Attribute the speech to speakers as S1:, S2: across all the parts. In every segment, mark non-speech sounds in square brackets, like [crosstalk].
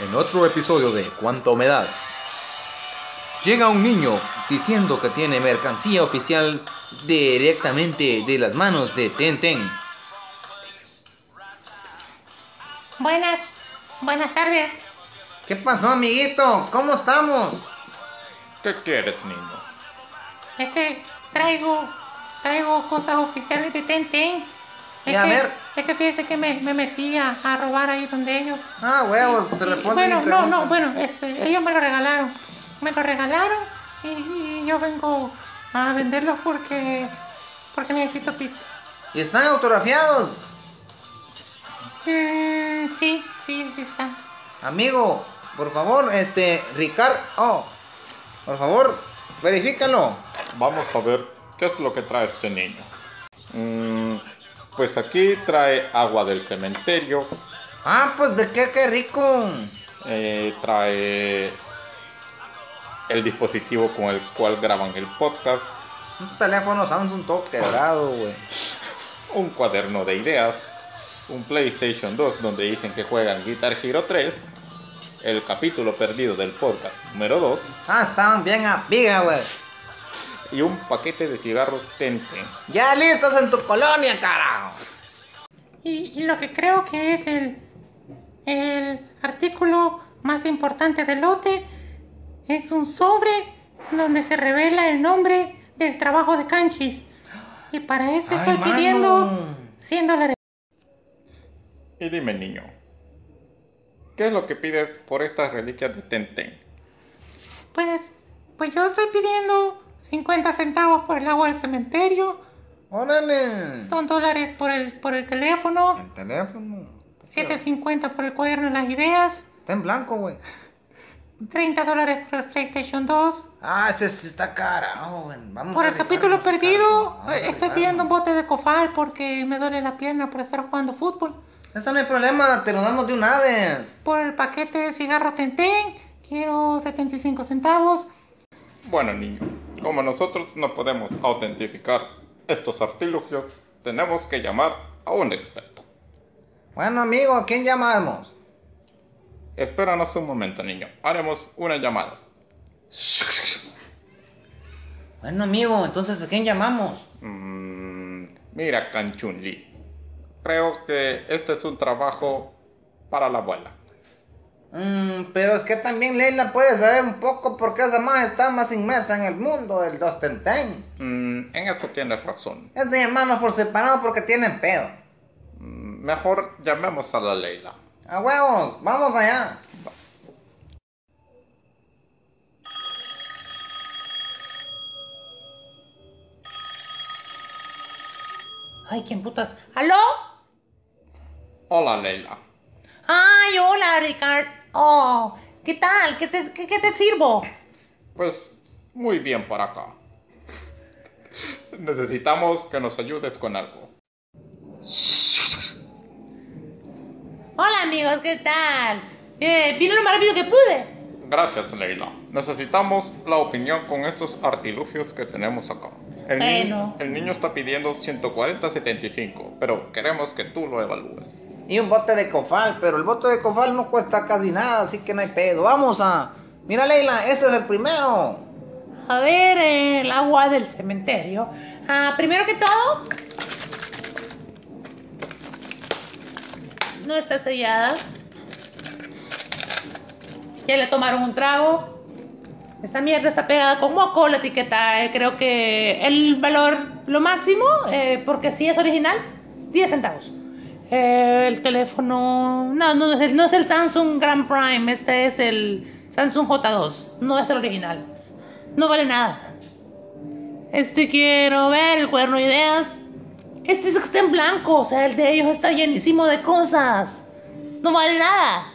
S1: en otro episodio de ¿Cuánto me das? Llega un niño diciendo que tiene mercancía oficial directamente de las manos de Tenten.
S2: Buenas, buenas tardes.
S3: ¿Qué pasó, amiguito? ¿Cómo estamos?
S4: ¿Qué quieres, niño?
S2: Es que Este, traigo, traigo cosas oficiales de Tenten.
S3: Y a
S2: que,
S3: ver.
S2: Es que este, fíjese que me, me metí a, a robar ahí donde ellos.
S3: Ah, huevos, se
S2: Y-
S3: le pone
S2: bueno, no,
S3: mi pregunta.
S2: no, bueno, este, ellos me lo regalaron. Me lo regalaron y, y yo vengo a venderlos porque, porque necesito pisto.
S3: ¿Y están autografiados?
S2: Mm, sí, sí, sí está.
S3: Amigo, por favor, este, Ricardo, por favor, verifícalo.
S4: Vamos a ver qué es lo que trae este niño. Mm, pues aquí trae agua del cementerio,
S3: Ah, pues de qué, qué rico.
S4: eh, trae el dispositivo con el cual graban el podcast,
S3: Un teléfono Samsung todo quebrado, güey.
S4: un cuaderno de ideas, un PlayStation 2 donde dicen que juegan Guitar Hero 3, el capítulo perdido del podcast número 2
S3: Ah, estaban bien a piga, güey.
S4: y un paquete de cigarros Tenten.
S3: Ya listos en tu colonia, carajo.
S2: Y, y lo que creo que es el, el artículo más importante del lote es un sobre donde se revela el nombre del trabajo de Canchis. Y para este
S3: Ay,
S2: estoy
S3: mano.
S2: pidiendo 100 dólares.
S4: Y dime, niño, ¿qué es lo que pides por estas reliquias de Tenten?
S2: Pues, pues yo estoy pidiendo 50 centavos por el agua del cementerio,
S3: Órale.
S2: 2 dólares por el, por el teléfono,
S3: El teléfono.
S2: 7.50 por el cuaderno de las ideas,
S3: Está en blanco, güey.
S2: 30 dólares por el PlayStation 2.
S3: Ah, ese sí está carajo, güey. Vamos
S2: Por
S3: a
S2: el
S3: rifar,
S2: capítulo
S3: vamos a rifar,
S2: perdido,
S3: vamos a
S2: eh, estoy
S3: rifar,
S2: pidiendo un
S3: güey.
S2: bote de cofal porque me duele la pierna por estar jugando fútbol.
S3: Eso no es problema, te lo damos de una vez.
S2: Por el paquete de cigarros Tentén, quiero 75 centavos.
S4: Bueno, niño, como nosotros no podemos autentificar estos artilugios, tenemos que llamar a un experto.
S3: Bueno, amigo, ¿a quién llamamos?
S4: Espéranos un momento, niño. Haremos una llamada.
S3: Bueno, amigo, entonces ¿a quién llamamos?
S4: Mm, mira, Kanchun Lee. Creo que este es un trabajo para la abuela.
S3: Mm, pero es que también Leila puede saber un poco porque esa más está más inmersa en el mundo del dos Tenten.
S4: Mm, en eso tienes razón.
S3: Es de llamarnos por separado porque tienen pedo.
S4: Mm, mejor llamemos a la Leila.
S3: A huevos, vamos allá.
S5: Ay, ¿quién putas? ¿Aló?
S4: Hola, Leila.
S5: Ay, hola, Ricard. Oh, ¿qué tal? ¿Qué te, qué, qué te sirvo?
S4: Pues muy bien por acá. [laughs] Necesitamos que nos ayudes con algo.
S5: Hola, amigos, ¿qué tal? Eh, vine lo más rápido que pude.
S4: Gracias, Leila. Necesitamos la opinión con estos artilugios que tenemos acá. El, ni-
S5: Bueno.
S4: el niño está pidiendo 140.75, pero queremos que tú lo evalúes.
S3: Y un bote de cofal, pero el bote de cofal no cuesta casi nada, así que no hay pedo. Vamos a... Mira Leila, este es el primero.
S5: A ver, eh, el agua del cementerio. Ah, primero que todo. No está sellada. Ya le tomaron un trago. Esta mierda está pegada con moco, la etiqueta. eh, creo que el valor, lo máximo, eh, porque si es original, 10 centavos. Eh, el teléfono, no, no, es el, no es el Samsung Grand Prime, este es el Samsung J2, no es el original. No vale nada. Este quiero ver el cuaderno de ideas. Este es que está en blanco, o sea, el de ellos está llenísimo de cosas. No vale nada.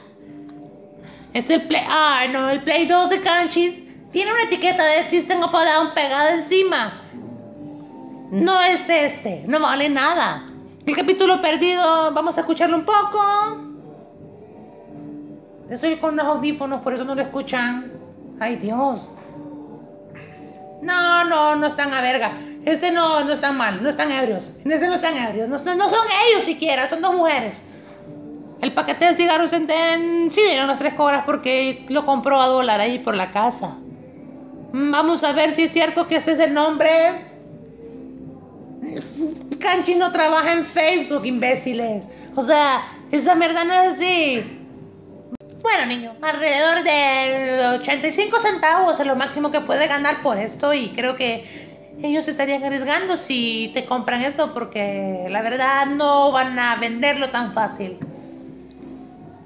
S5: Este el Play. Ah, no, el Play 2 de Canchis tiene una etiqueta de System of a Down pegada encima. No es este, no vale nada. El capítulo perdido, vamos a escucharlo un poco. Estoy con los audífonos, por eso no lo escuchan. Ay, Dios. No, no, no están a verga. Este no, no están mal, no están ebrios. En ese no están ebrios. No, no- no son ellos siquiera, son dos mujeres. El paquete de cigarros en, en- sí dieron las tres cobras porque lo compró a dólar ahí por la casa. Mm, Vamos a ver si es cierto que ese es el nombre. Canchi no trabaja en Facebook, imbéciles. O sea, esa mierda no es así. Bueno, niño, alrededor de 85 centavos es lo máximo que puede ganar por esto y creo que ellos se estarían arriesgando si te compran esto porque la verdad no van a venderlo tan fácil.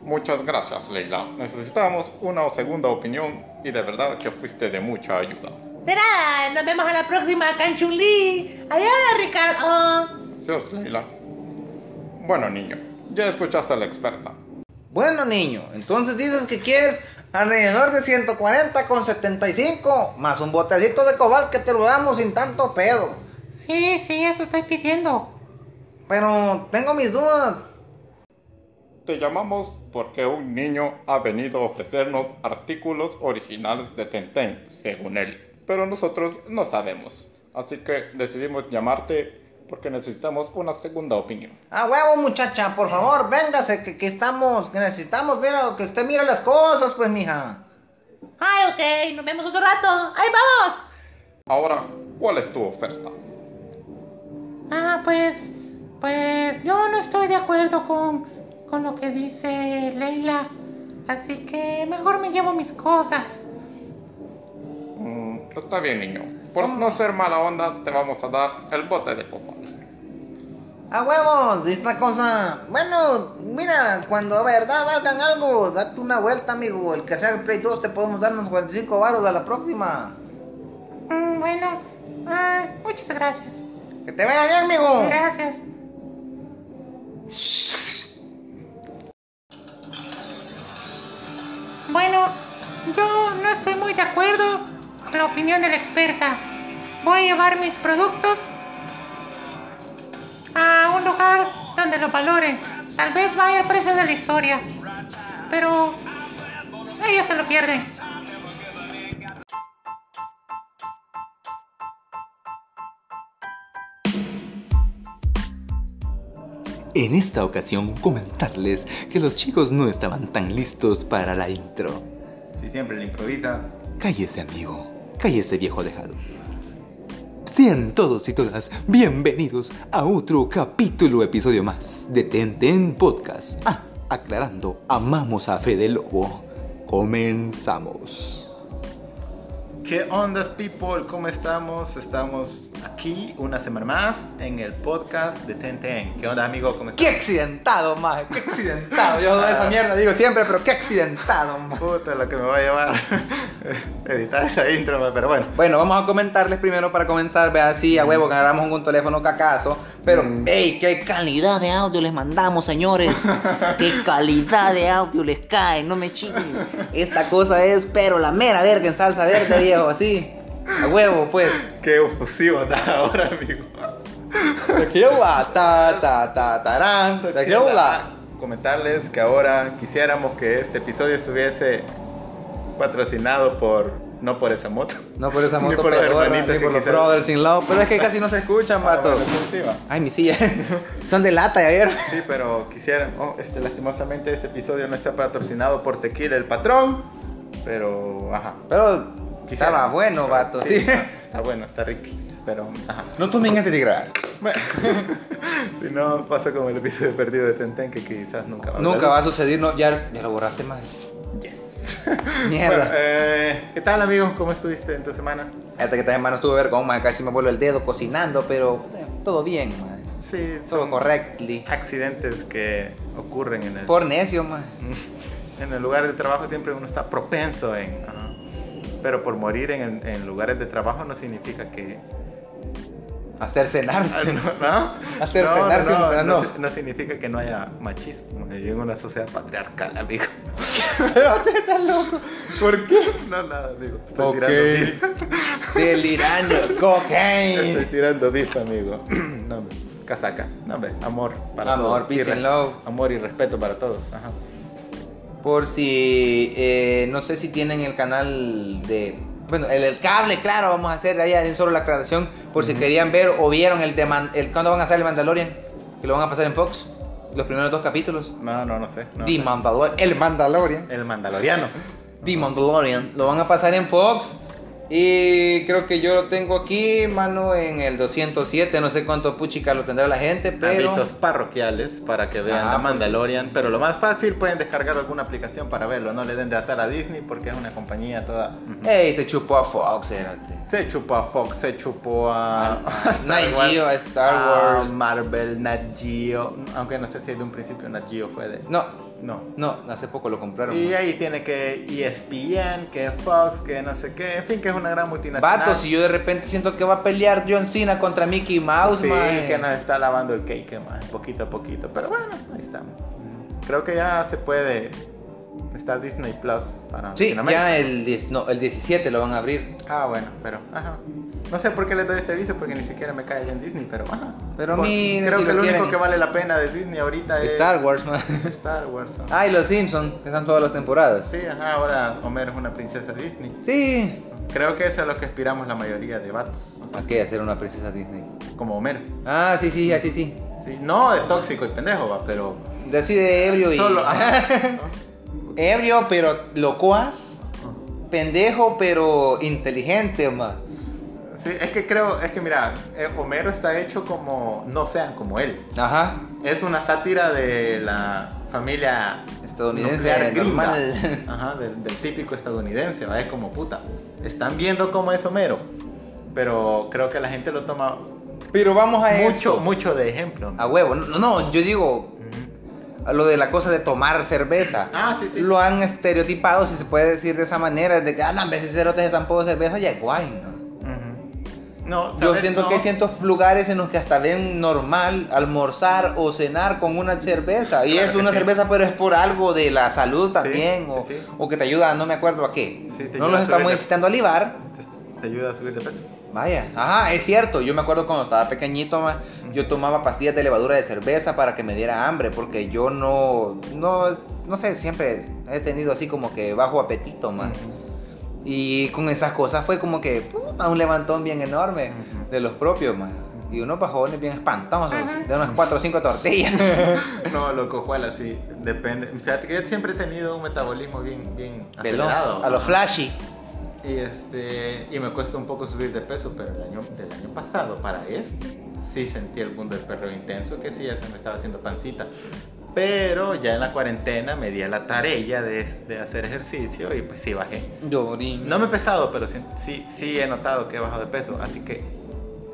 S4: Muchas gracias, Leila. Necesitábamos una segunda opinión y de verdad que fuiste de mucha ayuda.
S5: De nada, nos vemos a la próxima Canchulí. Adiós, Ricardo.
S4: Dios, Leila. Bueno, niño, ya escuchaste a la experta.
S6: Bueno, niño, entonces dices que quieres alrededor de 140 con 75, más un botecito de cobal que te lo damos sin tanto pedo.
S2: Sí, sí, eso estoy pidiendo.
S6: Pero tengo mis dudas.
S4: Te llamamos porque un niño ha venido a ofrecernos artículos originales de Tenten, según él. Pero nosotros no sabemos. Así que decidimos llamarte porque necesitamos una segunda opinión.
S6: A huevo, muchacha, por favor, véngase, que, que estamos, que necesitamos, mira, que usted mire las cosas, pues, mija.
S5: Ay, Ah, ok, nos vemos otro rato. ¡Ay, vamos!
S4: Ahora, ¿cuál es tu oferta?
S2: Ah, pues, pues yo no estoy de acuerdo con, con lo que dice Leila, así que mejor me llevo mis cosas.
S4: Mm, está bien, niño. Por no ser mala onda, te vamos a dar el bote de copa.
S6: A huevos, esta cosa. Bueno, mira, cuando a verdad valgan algo, date una vuelta, amigo. El que sea el Play 2 te podemos dar unos 45 baros a la próxima.
S2: Mm, bueno, ah, muchas gracias.
S6: Que te vaya bien, amigo.
S2: Gracias. Bueno, yo no estoy muy de acuerdo con la opinión de la experta. Voy a llevar mis productos a un lugar donde los valoren. Tal vez vaya el precio de la historia, pero ellos se lo pierden.
S3: En esta ocasión comentarles que los chicos no estaban tan listos para la intro.
S4: Si siempre le improvisa,
S3: Cállese amigo, cállese viejo dejado. Sean todos y todas bienvenidos a otro capítulo, episodio más de Tenten Podcast. Ah, aclarando, amamos a Fede Lobo. Comenzamos.
S7: ¿Qué ondas, people? ¿Cómo estamos? Estamos aquí una semana más en el podcast de Ten Ten. ¿Qué onda, amigo? ¿Cómo
S6: Qué
S7: estás?
S6: accidentado, maje, qué accidentado. Yo esa mierda digo siempre, pero qué accidentado, maje.
S7: Puta, lo que me va a llevar [laughs] editar esa intro, ma, pero bueno.
S6: Bueno, vamos a comentarles primero para comenzar, vea así, a huevo, que agarramos un teléfono cacazo, pero
S7: Mm.
S3: Mm.
S7: eh,
S3: [laughs]
S8: ¡Ey, qué calidad de audio les mandamos,
S7: [laughs]
S8: señores! ¡Qué calidad de audio les cae! No me chinguen.
S6: esta cosa es pero la mera verga en salsa verde, viejo, así, a huevo, pues.
S7: Qué efusivo está ahora, amigo.
S6: Tequila, ta, ta, ta, tarán, tequila.
S7: Comentarles que ahora quisiéramos que este episodio estuviese patrocinado por... No por esa [laughs] moto.
S6: No por esa
S7: Ni
S6: moto
S7: por los
S6: pedorra,
S7: hermanitos
S6: ni
S7: que
S6: por los
S7: quisieron.
S6: brothers in love, pero es que casi no se escuchan,
S7: Ah,
S6: vato.
S7: bueno, encima.
S6: Ay, mi silla, [laughs] son de lata, ya vieron.
S7: Sí, pero quisiera. oh, este, lastimosamente, este episodio no está patrocinado por Tequila el Patrón. Pero, ajá.
S6: Pero
S7: Quisiera.
S6: estaba bueno, vato, sí.
S7: Está bueno, está rico. Pero, ajá.
S3: No tomen antes de grabar.
S7: Bueno, [laughs] si no, pasa como el episodio perdido de Tenten, que quizás nunca va a
S6: Nunca
S7: haber.
S6: va a suceder, no, ya, ya lo borraste, más. [laughs]
S7: Yes. Bueno,
S6: Mierda.
S7: eh, ¿qué tal, amigo? ¿Cómo estuviste en tu semana?
S6: Hasta que esta semana estuve vergón, man, casi me vuelvo el dedo cocinando, pero eh, todo bien, man.
S7: Sí,
S6: Todo correctly.
S7: accidentes que ocurren en el,
S6: Por necio, man.
S7: en el lugar de trabajo. Siempre uno está propenso en. ajá. Pero por morir en, en lugares de trabajo no significa que
S6: Hacer
S7: Ah,
S6: cenarse. [laughs]
S7: ¿No?
S6: Hacer cenar sin
S7: no,
S6: cenar, no.
S7: si- no significa que no haya machismo en una sociedad patriarcal, amigo.
S6: [laughs] ¿Por qué?
S7: No, nada, amigo. Estoy
S6: Ok.
S7: tirando beef.
S6: Delirando. Cocaine. [laughs]
S7: Estoy tirando beef, amigo. [clears throat] No, hombre. Casaca. No, hombre. Amor para
S6: Amor,
S7: todos. Y
S6: peace
S7: re-
S6: and love.
S7: Amor y respeto para todos. Ajá.
S6: Por si, eh, no sé si tienen el canal de, bueno, el, el cable, claro, vamos a hacer ahí adentro solo la aclaración, por si querían ver o vieron el de, Man- el, ¿cuándo van a hacer el Mandalorian? Que lo van a pasar en Fox.
S3: los primeros dos capítulos.
S7: No, no, no sé. no
S3: The
S7: sé.
S3: Mandalor- El Mandalorian.
S7: El Mandaloriano.
S3: The Mandalorian. Lo van a pasar en Fox. Y creo que yo lo tengo aquí, mano, en el 207. No sé cuánto puchica lo tendrá la gente, pero.
S7: Avisos parroquiales para que vean
S3: Ah,
S7: la
S3: pues.
S7: Mandalorian. Pero lo más fácil, pueden descargar alguna aplicación para verlo. No le den de atar a Disney porque es una compañía toda.
S3: ¡Ey! Se chupó a Fox, Geralt.
S7: Se chupó a Fox, se chupó a,
S3: Al-
S7: [laughs] a Star
S3: Nat
S7: Wars, Ah.
S3: Geo, a Star
S7: a
S3: Wars.
S7: Marvel, Nat Geo, aunque no sé si de un principio Nat Geo fue de...
S3: No,
S7: No.
S3: no, hace poco lo compraron.
S7: Y ahí tiene que E ESPN, que Fox, que no sé qué, en fin, que es una gran multinacional.
S3: Vato, si yo de repente siento que va a pelear John Cena contra Mickey Mouse,
S7: Sí,
S3: mae.
S7: que nos está lavando el cake, más, poquito a poquito, pero bueno, ahí estamos. Creo que ya se puede, está Disney Plus para
S3: Sí,
S7: Latinoamérica.
S3: ya el, 10 no, el 17 lo van a abrir.
S7: Ah, bueno, pero, ajá. No sé por qué les doy este aviso, porque ni siquiera me cae bien Disney, pero ajá.
S3: Pero
S7: Por-
S3: miren,
S7: Creo
S3: si
S7: que
S3: lo
S7: lo único
S3: quieren.
S7: que vale la pena de Disney ahorita es...
S3: Star Wars, man.
S7: Star Wars. ¿no?
S3: Ah, y los Simpsons, que están todas las temporadas.
S7: Sí, ajá, ahora Homero es una princesa Disney.
S3: Sí.
S7: Creo que eso es lo que aspiramos la mayoría de vatos,
S3: ¿Para qué hacer una princesa Disney?
S7: como Homero.
S3: Ah, sí, sí, así sí.
S7: Sí, no de tóxico y pendejo, va, pero...
S3: De así de ebrio y.
S7: Solo... ajá.
S3: [laughs] ebrio, pero locuaz. Pendejo, pero inteligente, man.
S7: Sí, es que creo, es que mira, eh, Homero está hecho como, no sean como él.
S3: Ajá.
S7: Es una sátira de la familia
S3: Estadounidense,
S7: nuclear gringa.
S3: normal.
S7: Ajá, del, del típico estadounidense, ¿va? es como puta. Están viendo cómo es Homero, pero creo que la gente lo toma
S3: Pero vamos a Ah,
S7: mucho,
S3: esto.
S7: mucho de ejemplo. ¿no?
S3: A huevo. No, no, yo digo,
S7: Ujú.
S3: a lo de la cosa de tomar cerveza.
S7: Ah, sí, sí.
S3: Lo han estereotipado, si se puede decir de esa manera, de que, ah, no, en vez de cerotes están pocos de cerveza, ya es guay, ¿no?
S7: Ujú. No,
S3: Yo
S7: ¿sabes?
S3: siento
S7: No.
S3: que hay ciertos lugares en los que hasta ven normal almorzar o cenar con una cerveza. Y
S7: Claro
S3: es
S7: que
S3: una
S7: sí.
S3: cerveza, pero es por algo de la salud
S7: sí,
S3: también. o,
S7: sí.
S3: o que te ayuda, no me acuerdo a qué.
S7: Sí, te
S3: no
S7: ayuda
S3: los
S7: a
S3: estamos
S7: subir de-
S3: incitando a libar.
S7: Te, te ayuda a subir de peso.
S3: Vaya, ajá, es cierto. Yo me acuerdo cuando estaba pequeñito, ma, yo tomaba pastillas de levadura de cerveza para que me diera hambre, porque yo no, no, no sé, siempre he tenido así como que bajo apetito, más.
S7: Ujú.
S3: Y con esas cosas fue como que, puta, un levantón bien enorme
S7: Ujú.
S3: de los propios, más. Y unos bajones bien espantosos,
S2: Ajá.
S3: de unas 4 o 5 [laughs] tortillas.
S7: No, loco, Juala, sí, depende. Fíjate que yo siempre he tenido un metabolismo bien, bien acelerado.
S3: Veloz, a los flashy.
S7: Y este y me cuesta un poco subir de peso, pero el año, del año pasado para este sí sentí el boom del perro intenso, que sí ya se me estaba haciendo pancita. Pero ya en la cuarentena me di a la tarea de, de hacer ejercicio y pues sí bajé.
S3: Dorín.
S7: No me he pesado, pero sí, sí, sí he notado que he bajado de peso. Así que,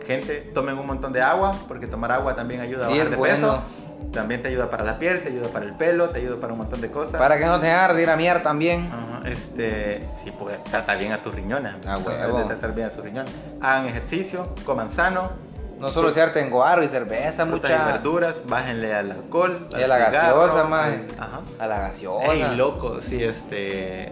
S7: gente, tomen un montón de agua, porque tomar agua también ayuda a
S3: Sí,
S7: bajar
S3: es
S7: de
S3: bueno.
S7: peso. También te ayuda para la piel, te ayuda para el pelo, te ayuda para un montón de cosas.
S3: Para que no te arde ir a miar también.
S7: Ajá, este, sí, pues trata bien a tus riñones.
S3: Ah,
S7: Trata
S3: huevo.
S7: de tratar bien a sus riñones. Hagan ejercicio, coman sano,
S3: No solo se arte en guaro y cerveza,
S7: frutas
S3: mucha.
S7: y verduras, bájenle al alcohol,
S3: Y a la
S7: cigarro,
S3: gaseosa, mae.
S7: al- Ajá.
S3: A la gaseosa.
S7: Ey, loco, sí, este.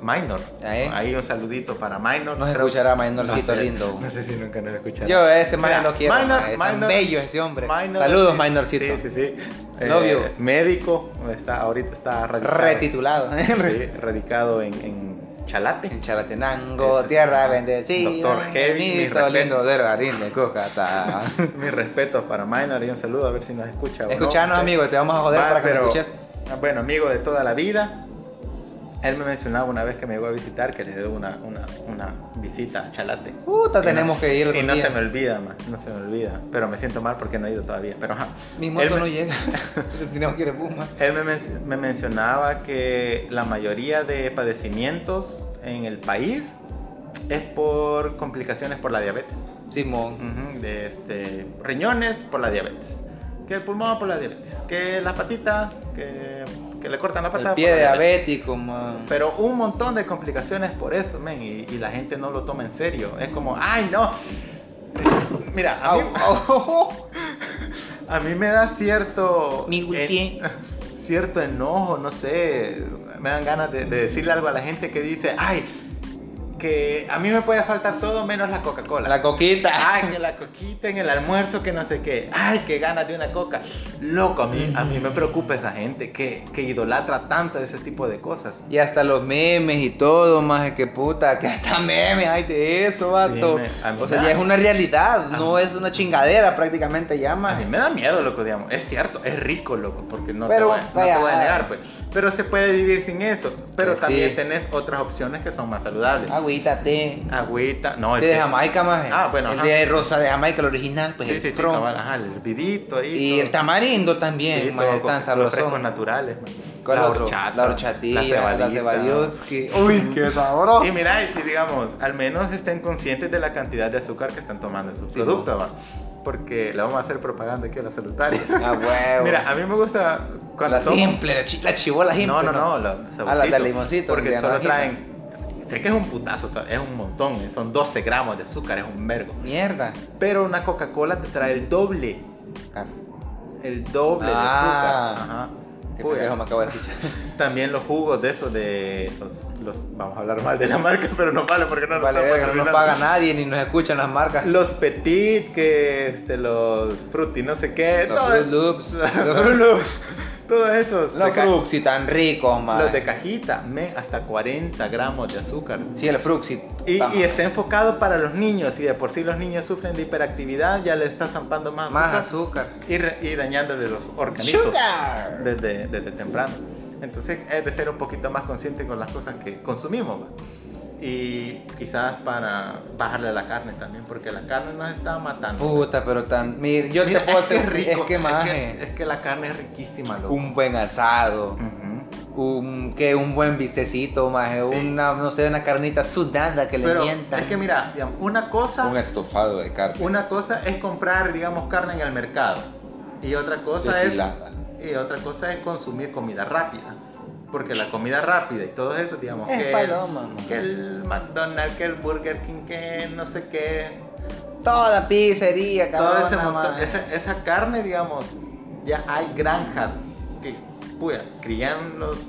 S7: Minor.
S3: Ahí.
S7: Ahí un saludito para Minor.
S3: Nos
S7: Creo-
S3: escuchará ¿Ah, eh? Minorcito
S7: no sé,
S3: lindo.
S7: No sé si nunca nos escuchará.
S3: Yo a ese man
S7: Mira,
S3: lo quiero.
S7: Minor-
S3: ma, es tan
S7: Minor-
S3: bello ese hombre.
S7: Minor,
S3: Saludos,
S7: sí,
S3: Minorcito.
S7: Sí, sí, sí. Eh,
S3: Love you.
S7: médico, está, ahorita está radicado.
S3: Retitulado.
S6: [laughs]
S7: Sí, radicado en, en Chalate.
S3: En Chalatenango,
S7: Ese es-
S3: tierra bendecida.
S7: Doctor Heavy, mi
S3: bonito,
S7: respeto.
S3: lindo de Garín de
S7: [laughs]
S3: Cúcata.
S7: Mis respetos para Minor y un saludo a ver si nos escucha. o no,
S3: Escuchanos,
S7: no sé.
S3: amigos, te vamos a joder
S7: Va,
S3: para que
S7: pero-
S3: lo escuches.
S7: Ah, Bueno, amigo de toda la vida. Él me mencionaba una vez que me llegó a visitar que le dio una, una, una visita a Chalate.
S3: Puta,
S7: Y
S3: tenemos
S7: no-
S3: que ir
S7: Y
S3: algún
S7: no
S3: día.
S7: se me olvida, ma, no se me olvida. Pero me siento mal porque no he ido todavía. Pero ajá.
S3: Mi
S7: Él
S3: moto
S7: me-
S3: no llega. [laughs] Tenemos que ir a Puma.
S7: Él me, men- me mencionaba que la mayoría de padecimientos en el país es por complicaciones por la diabetes.
S3: Simón.
S7: Ujú, de este, riñones por la diabetes. Que el pulmón por la diabetes. Que la patita, que, que le cortan la pata.
S3: El
S7: por
S3: pie
S7: la
S3: diabético, man.
S7: Pero un montón de complicaciones por eso, men. Y, y la gente no lo toma en serio. Es como, ay, no. Mira, a
S3: Au,
S7: mí, [laughs] a mí me da cierto.
S8: Mi
S7: en-
S8: pie.
S7: [laughs] cierto enojo, no sé, me dan ganas de, de decirle algo a la gente que dice, ay, que a mí me puede faltar todo menos la Coca-Cola.
S6: La coquita.
S7: Ay, que la coquita en el almuerzo, que no sé qué. Ay, que ganas de una coca. Loco, a mí, a mí me preocupa esa gente que, que idolatra tanto ese tipo de cosas.
S6: Y hasta los memes y todo, más que puta, que hasta [laughs] memes hay de eso, vato.
S7: Sí, me- a mí
S6: o sea,
S7: me
S6: ya
S7: Ah. da-
S6: es una realidad, no es una chingadera prácticamente ya,
S7: A
S6: más.
S7: mí me da miedo, loco, digamos. Es cierto, es rico, loco, porque no,
S6: Pero,
S7: te, voy, no te
S6: vaya.
S7: voy a negar, pues. Pero se puede vivir sin eso. Pero
S6: Pues
S7: también
S6: sí.
S7: tenés otras opciones que son más saludables.
S6: Agüita, té.
S7: Agüita, no, el
S6: Té de
S7: té.
S6: Jamaica, más.
S7: Ah, bueno,
S6: El
S7: ajá.
S6: de rosa de Jamaica, el original, pues
S7: Sí,
S6: el
S7: sí, sí,
S6: ron.
S7: cabal, ajá, el hervidito ahí.
S6: Y
S7: todo.
S6: el tamarindo
S7: Sí,
S6: también, más,
S7: todo
S6: es
S7: con-
S6: tan
S7: con los frescos
S6: sabroso.
S7: naturales, man.
S6: ¿Cuál
S7: La
S6: otro?
S7: horchata,
S6: La horchatilla, la cebadioski. Uy, qué
S7: Y
S6: sabroso.
S7: mira, y digamos, al menos estén conscientes de la cantidad de azúcar que están tomando en su
S6: Sí,
S7: producto, va. Porque la vamos a hacer propaganda aquí a la salutaria.
S6: [laughs] A huevo.
S7: Mira, a mí me gusta cuando
S6: la
S7: tomo-
S6: Ah, simple, la, chi- la chivola simple.
S7: No, no, no, la
S6: Ah, la de
S7: saborcito,
S6: limoncito,
S7: Porque
S6: de
S7: solo
S6: naranjita.
S7: traen. Sé que es un putazo, es un montón, eh, son 12 gramos de azúcar, es un mergo.
S6: Mierda.
S7: Pero una Coca-Cola te trae el doble,
S6: Ah,
S7: el doble
S6: Ah.
S7: de azúcar. Ajá.
S6: Qué
S7: Puya.
S6: pendejo me acabo de escuchar.
S7: También los jugos de esos de los, los- vamos a hablar mal de la [laughs] marca, pero no vale porque no nos
S6: Vale,
S7: están
S6: verga, no nos
S7: patrocinando.
S6: paga nadie ni nos escuchan las marcas.
S7: Los petit, que este, los frutti, no sé qué,
S6: Los
S7: todo,
S6: Fruit
S7: [laughs]
S6: Loops. Los
S7: Los Fruit
S6: Fruit Loops.
S7: todos esos.
S6: Los
S7: de ca-
S6: Fruxy tan ricos, man.
S7: los de cajita, me, hasta 40 gramos de azúcar.
S6: Sí, el Fruxy.
S7: Y,
S6: puta
S7: y
S6: madre.
S7: está enfocado para los niños, y de por sí los niños sufren de hiperactividad, ya le está zampando más,
S6: Más azúcar.
S7: y, re- y dañándole los organitos desde, desde temprano. Entonces es de ser un poquito más consciente con las cosas que consumimos. ¿va? Y quizás para bajarle a la carne también, porque la carne nos está matando.
S6: Puta, pero tan. Mira, yo
S7: Mira,
S6: te puedo
S7: es que
S6: hacer.
S7: es rico,
S6: es que maje.
S7: es que la carne es riquísima, loco.
S6: Un buen asado.
S7: Ujú.
S6: Un, que un buen vistecito, maje.
S7: Sí.
S6: Una, no sé, una carnita sudada que
S7: Pero
S6: le mientan.
S7: es que mira, digamos, una cosa...
S3: Un estofado de carne.
S7: Una cosa es comprar, digamos, carne en el mercado. Y otra cosa es.
S3: deshilada.
S7: Y otra cosa es consumir comida rápida. Porque la comida rápida y todo eso, digamos,
S6: Es
S7: que,
S6: paloma,
S7: el,
S6: mamá.
S7: que el McDonald's, que el Burger King, que no sé qué.
S6: Toda pizzería, cabrón.
S7: todo ese montón- esa, esa carne, digamos, ya hay granjas que, puya, crían los.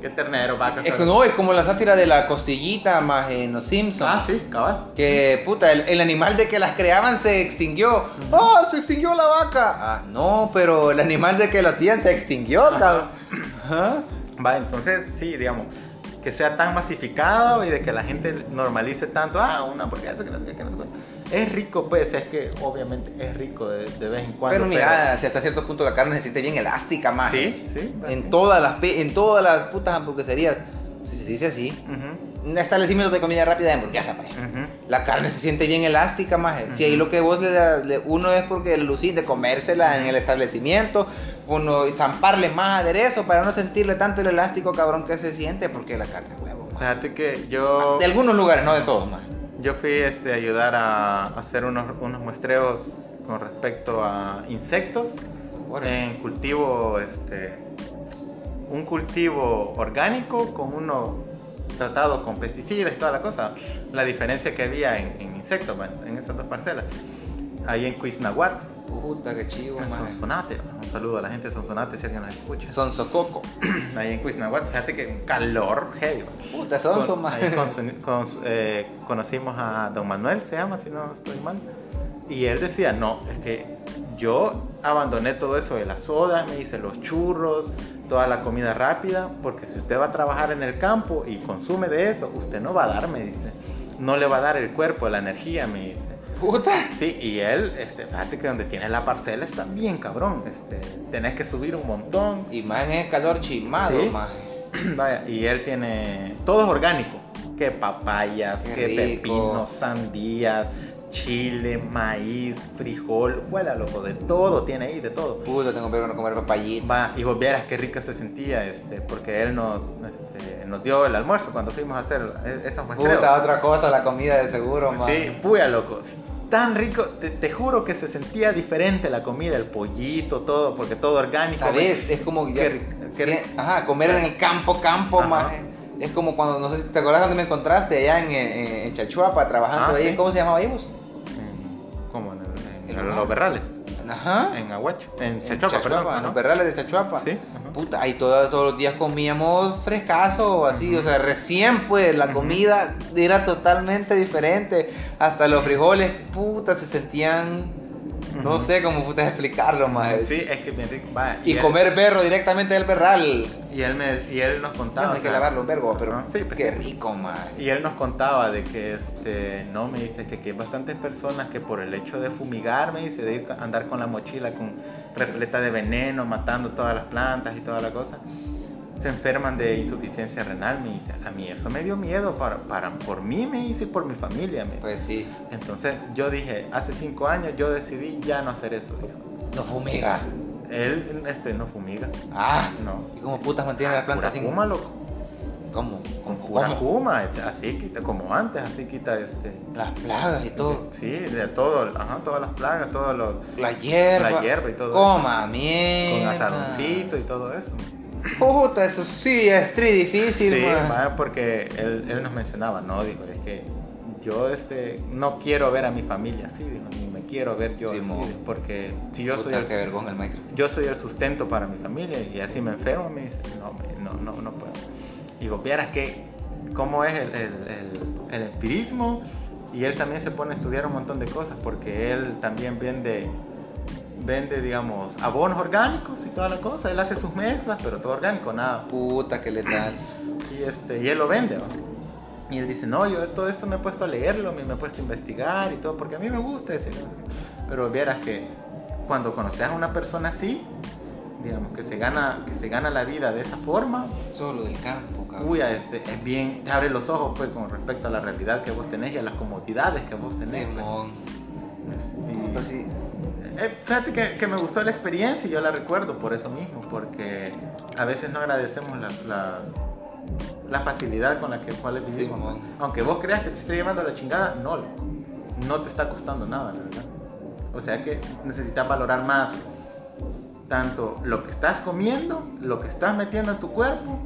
S7: ¿Qué terneros, vacas?
S6: Es que
S7: algo?
S6: no, es como la sátira de la costillita más en Los Simpsons.
S7: Ah, sí, cabal.
S6: Que puta, el, el animal de que las creaban se extinguió. ¡Ah, se extinguió la vaca! Ah, no, pero el animal de que lo hacían se extinguió,
S7: Ajá.
S6: cabrón. Ajá.
S7: Va, entonces sí, digamos, que sea tan masificado y de que la gente normalice tanto, ah, una hamburguesa, que no sé qué, que no sé qué". Es rico, pues, es que obviamente es rico de, de vez en cuando.
S6: Pero mira, Ah, si hasta cierto punto la carne se siente bien elástica,
S7: pero-
S6: más.
S7: sí, sí.
S6: En
S7: todo
S6: todas las pe- en todas las putas hamburgueserías. Si se dice así. Un establecimiento de comida rápida de hamburguesa, maje. La carne se siente bien elástica, maje. Si ahí lo que vos le, das- le- uno es porque le lucís de comérsela en el establecimiento, uno y zamparle más aderezo para no sentirle tanto el elástico cabrón que se siente, porque la carne es huevo. maje.
S7: Fíjate que yo,
S6: De algunos lugares, no de todos, maje.
S7: yo fui este, a ayudar a, a hacer unos, unos muestreos con respecto a insectos
S6: Órale.
S7: en cultivo, este, un cultivo orgánico con uno tratado con pesticidas y toda la cosa. La diferencia que había en, en insectos, man, en esas dos parcelas. Ahí en Cuisnahuat,
S6: Puta, que chivo,
S7: en
S6: maje.
S7: Sonsonate. Un saludo a la gente de Sonsonate si alguien nos escucha.
S6: Son sococo.
S7: Ahí en Cuisnahuat, fíjate que un calor heavy. man.
S6: Puta, son son
S7: Con- ahí
S6: maje.
S7: con- con- eh, conocimos a don Manuel, se llama, si no estoy mal. Y él decía, no, es que yo abandoné todo eso de las sodas, me hice los churros, toda la comida rápida, porque si usted va a trabajar en el campo y consume de eso, usted no va a dar, me dice. No le va a dar el cuerpo, la energía, me dice.
S6: Puta.
S7: Sí, y él, este, fíjate que donde tiene la parcela está bien cabrón, este, tenés que subir un montón,
S6: Y más en el calor chimado,
S7: Sí.
S6: maje.
S7: [clears throat] Vaya, y él tiene. Todo es orgánico. Que papayas,
S6: Qué
S7: que
S6: rico.
S7: pepinos, sandías, chile, maíz, frijol. Huela, loco, de todo tiene ahí, de todo.
S6: Puta, tengo que no comer papayita.
S7: Va, y vos vieras qué rica se sentía, este, porque él nos, este, nos dio el almuerzo cuando fuimos a hacer e- esos muestreos.
S6: Puta, otra cosa, la comida de seguro,
S7: Sí,
S6: maje.
S7: puya, loco. Tan rico, te, te juro que se sentía diferente la comida, el pollito, todo, porque todo orgánico.
S6: ¿Sabes? Es como ya-
S7: Qué rico, qué rico.
S6: Ajá, comer en el campo, campo,
S7: Ajá.
S6: maje. Es como cuando, no sé si te acuerdas cuando me encontraste allá en, en, en Chachuapa trabajando
S7: Ah,
S6: ahí.
S7: sí.
S6: ¿Cómo se llamaba ahí vos?
S7: Mm, ¿Cómo? En, el- en
S6: El
S7: los berrales.
S6: Ajá.
S7: En Aguacha.
S6: En
S7: En Chachuapa, perdón.
S6: Chachuapa, en los
S7: ajá.
S6: perrales de Chachuapa.
S7: Sí, ajá.
S6: Puta, ahí todos, todos los días comíamos frescazo, así, o sea, recién pues la comida era totalmente diferente. Hasta los frijoles, puta, se sentían, no
S7: Ujú.
S6: sé cómo puta [laughs] explicarlo, más.
S7: Sí, es que bien rico. Va,
S6: Y
S7: él-
S6: comer perro directamente del perral.
S7: Y él, me, y él nos contaba.
S6: Bueno, hay
S7: o
S6: que
S7: sea,
S6: lavar los vergos, pero
S7: Ajá, sí, pues
S6: qué
S7: sí.
S6: rico, man.
S7: Y él nos contaba de que, este, no, me dice que aquí hay bastantes personas que por el hecho de fumigar, me dice, de ir a andar con la mochila con repleta de veneno, matando todas las plantas y toda la cosa, se enferman de insuficiencia renal, me dice. A mí eso me dio miedo, para, para, por mí, me dice, y por mi familia, me dice.
S6: Pues sí,
S7: Entonces yo dije, hace cinco años yo decidí ya no hacer eso, dijo.
S6: no fumiga.
S7: Él, este, no fumiga,
S6: Ah,
S7: no.
S6: ¿y cómo putas mantiene la planta
S7: Pura
S6: sin
S7: fuma, loco.
S6: ¿Cómo? ¿Con
S7: Pura
S6: cómo?
S7: fuma, es- así quita, como antes, así quita, este...
S6: Las plagas y todo.
S7: Sí, de todo, ajá, todas las plagas, todos los
S6: La hierba.
S7: La hierba y todo
S6: Coma, mierda.
S7: con asadoncito y todo eso.
S6: Puta, eso sí es tri difícil,
S7: Sí,
S6: man.
S7: ma, porque él, él nos mencionaba, no, dijo, es que yo este no quiero ver a mi familia así, dijo, ni me quiero ver yo
S6: Sí,
S7: así,
S6: mo.
S7: dijo, porque si yo soy
S6: Puta, qué
S7: el,
S6: vergüenza el Minecraft.
S7: yo soy el sustento para mi familia y así me enfermo, me dice, no, me- no, no, no puedo. Digo, vieras que cómo es el, el- el- el empirismo y él también se pone a estudiar un montón de cosas porque él también vende vende digamos abonos orgánicos y toda la cosa él hace sus mezclas pero todo orgánico nada
S6: Puta, qué letal.
S7: [clears throat] y este y él lo vende ¿va? y él dice no yo todo esto me he puesto a leerlo me me he puesto a investigar y todo porque a mí me gusta ese pero vieras que cuando conoces a una persona así digamos que se gana que se gana la vida de esa forma
S6: Solo del campo, cabrón.
S7: Uy, a este, es bien, te abre los ojos pues con respecto a la realidad que vos tenés y a las comodidades que vos tenés. pues.
S6: Simón.
S7: Y-
S6: Puta, sí.
S7: Eh, fíjate que, que me gustó la experiencia y yo la recuerdo por eso mismo, porque a veces no agradecemos las, las, la facilidad con la que cuales vivimos.
S6: Simón.
S7: pues. Aunque vos creas que te esté llevando la chingada, no, loco. no te está costando nada, la verdad. O sea que necesitas valorar más tanto lo que estás comiendo, lo que estás metiendo en tu cuerpo,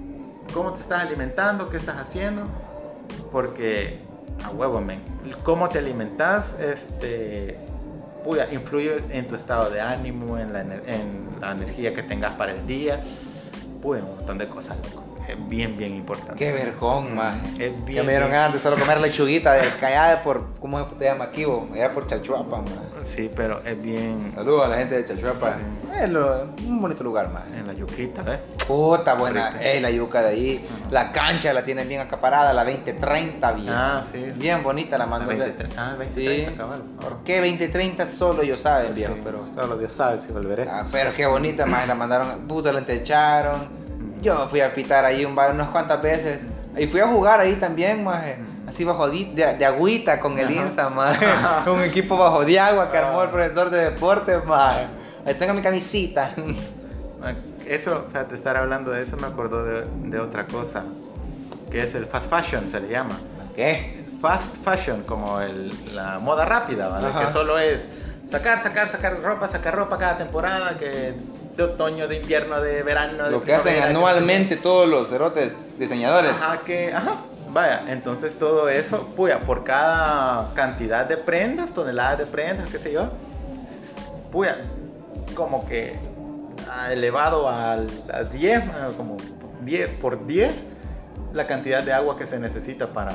S7: cómo te estás alimentando, qué estás haciendo, porque a huevo, men, cómo te alimentas, este, puya, influye en tu estado de ánimo, en la, ener- en la energía que tengas para el día, puya, un montón de cosas, loco. Es bien, bien importante.
S6: Qué vergón, man.
S7: Mm, Es
S6: Ya
S7: bien,
S6: me dieron
S7: bien-
S6: ganas de solo comer lechuguita
S7: [laughs]
S6: de callada por. ¿Cómo se llama aquí, vos? Allá por Chachuapa, man.
S7: Sí, pero es bien
S6: Saludos a la gente de Chachuapa.
S7: Sí.
S6: Es lo- un bonito lugar, man.
S7: en la yuquita, ¿ves?
S6: Puta buena,
S7: Rica.
S6: eh, la yuca de ahí.
S7: Ajá.
S6: La cancha la tienen bien acaparada, la 2030 bien.
S7: Ah, sí.
S6: Bien bonita la
S7: La
S6: mano.
S7: 20, ah, 20,
S6: Sí.
S7: 30, cabal.
S6: ¿Por qué 2030 solo yo saben, viejo?
S7: Sí,
S6: Pero,
S7: Solo Dios sabe si volveré.
S6: ah, pero qué bonita, más la mandaron, puta, la
S7: Mm.
S6: entecharon. Yo fui a pitar ahí un bar unas cuantas veces. Y fui a jugar ahí también, más así bajo di- de, de agüita con el
S7: Mm. Ajá. Ah.
S6: INSA, más [laughs]
S7: [laughs]
S6: un equipo bajo de agua que armó el profesor de deportes, más. Ahí tengo mi camisita.
S7: Ah, Eso, fíjate, estar hablando de eso me acordó de, de otra cosa, que es el fast fashion, se le llama.
S6: ¿Qué?
S7: Fast fashion, como el- la moda rápida, ¿vale?
S6: Ajá.
S7: Que solo es sacar, sacar, sacar ropa, sacar ropa cada temporada, que de otoño, de invierno, de verano, de
S6: Lo que hacen
S7: primavera, que no sé
S6: anualmente todos los cerotes diseñadores.
S7: Ajá, que, ajá. Vaya, entonces todo eso, puya, por cada cantidad de prendas, toneladas de prendas, qué sé yo, puya, como que ah, elevado al- a 10, ah, como 10 por 10, la cantidad de agua que se necesita para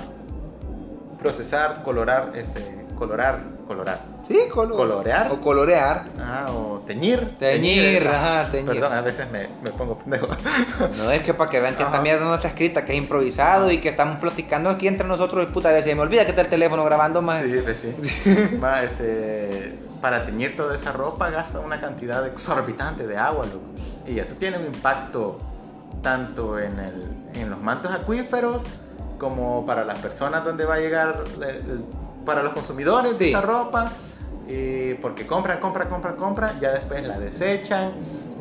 S7: procesar, colorar, este, colorar, colorar.
S6: Sí, colo-
S7: Colorear.
S6: O colorear.
S7: Ah, o teñir.
S6: Teñir,
S7: esa-
S6: ajá, teñir.
S7: Perdón, a veces me, me pongo pendejo.
S6: No es que para que vean que esta
S7: Ajá.
S6: mierda no está escrita, que es improvisado y que estamos platicando aquí entre nosotros y puta, a veces me olvida que está el teléfono grabando más.
S7: Sí,
S6: [laughs]
S7: pues sí. Va, este, para teñir toda esa ropa gasta una cantidad exorbitante de agua, loco. Y eso tiene un impacto tanto en, el, en los mantos acuíferos como para las personas donde va a llegar, el- para los consumidores de
S6: Sí.
S7: esa ropa. Y porque compran, compran, compran, compran, ya después la desechan.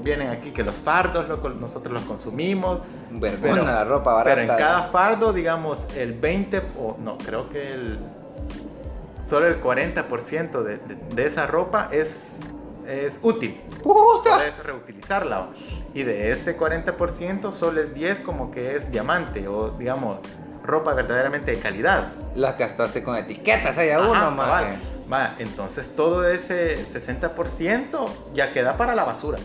S7: Vienen aquí que los fardos, loco, nosotros los consumimos.
S6: Vergüenza
S7: Pero-
S6: la ropa barata.
S7: Pero en cada fardo, digamos, el 20, o no, creo que el, solo el 40% de, de, de esa ropa es, es útil.
S6: ¡Puta!
S7: Puedes reutilizarla. ¿o? Y de ese 40%, solo el 10 como que es diamante o, digamos, ropa verdaderamente de calidad.
S6: Las gastaste con etiquetas allá
S7: Ajá,
S6: uno,
S7: cabal.
S6: maje.
S7: Va, entonces todo ese 60% ya queda para la basura.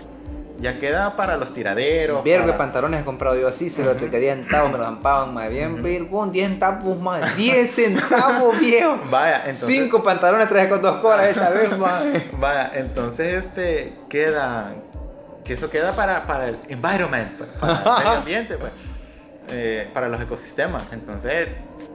S7: Ya queda para los tiraderos.
S6: Vieron que
S7: para-
S6: pantalones he comprado yo así, se los
S7: Ujú.
S6: te quería centavos, me los ampaban, más bien,
S7: Ujú.
S6: vergón, 10 centavos más, 10
S7: [laughs]
S6: centavos, viejo.
S7: Vaya, entonces.
S6: Cinco pantalones traje con dos colas esa vez,
S7: [laughs]
S6: maje.
S7: Vaya, entonces este queda. Que eso queda para, para el environment, pues, para el medio ambiente, pues, eh, para los ecosistemas. Entonces,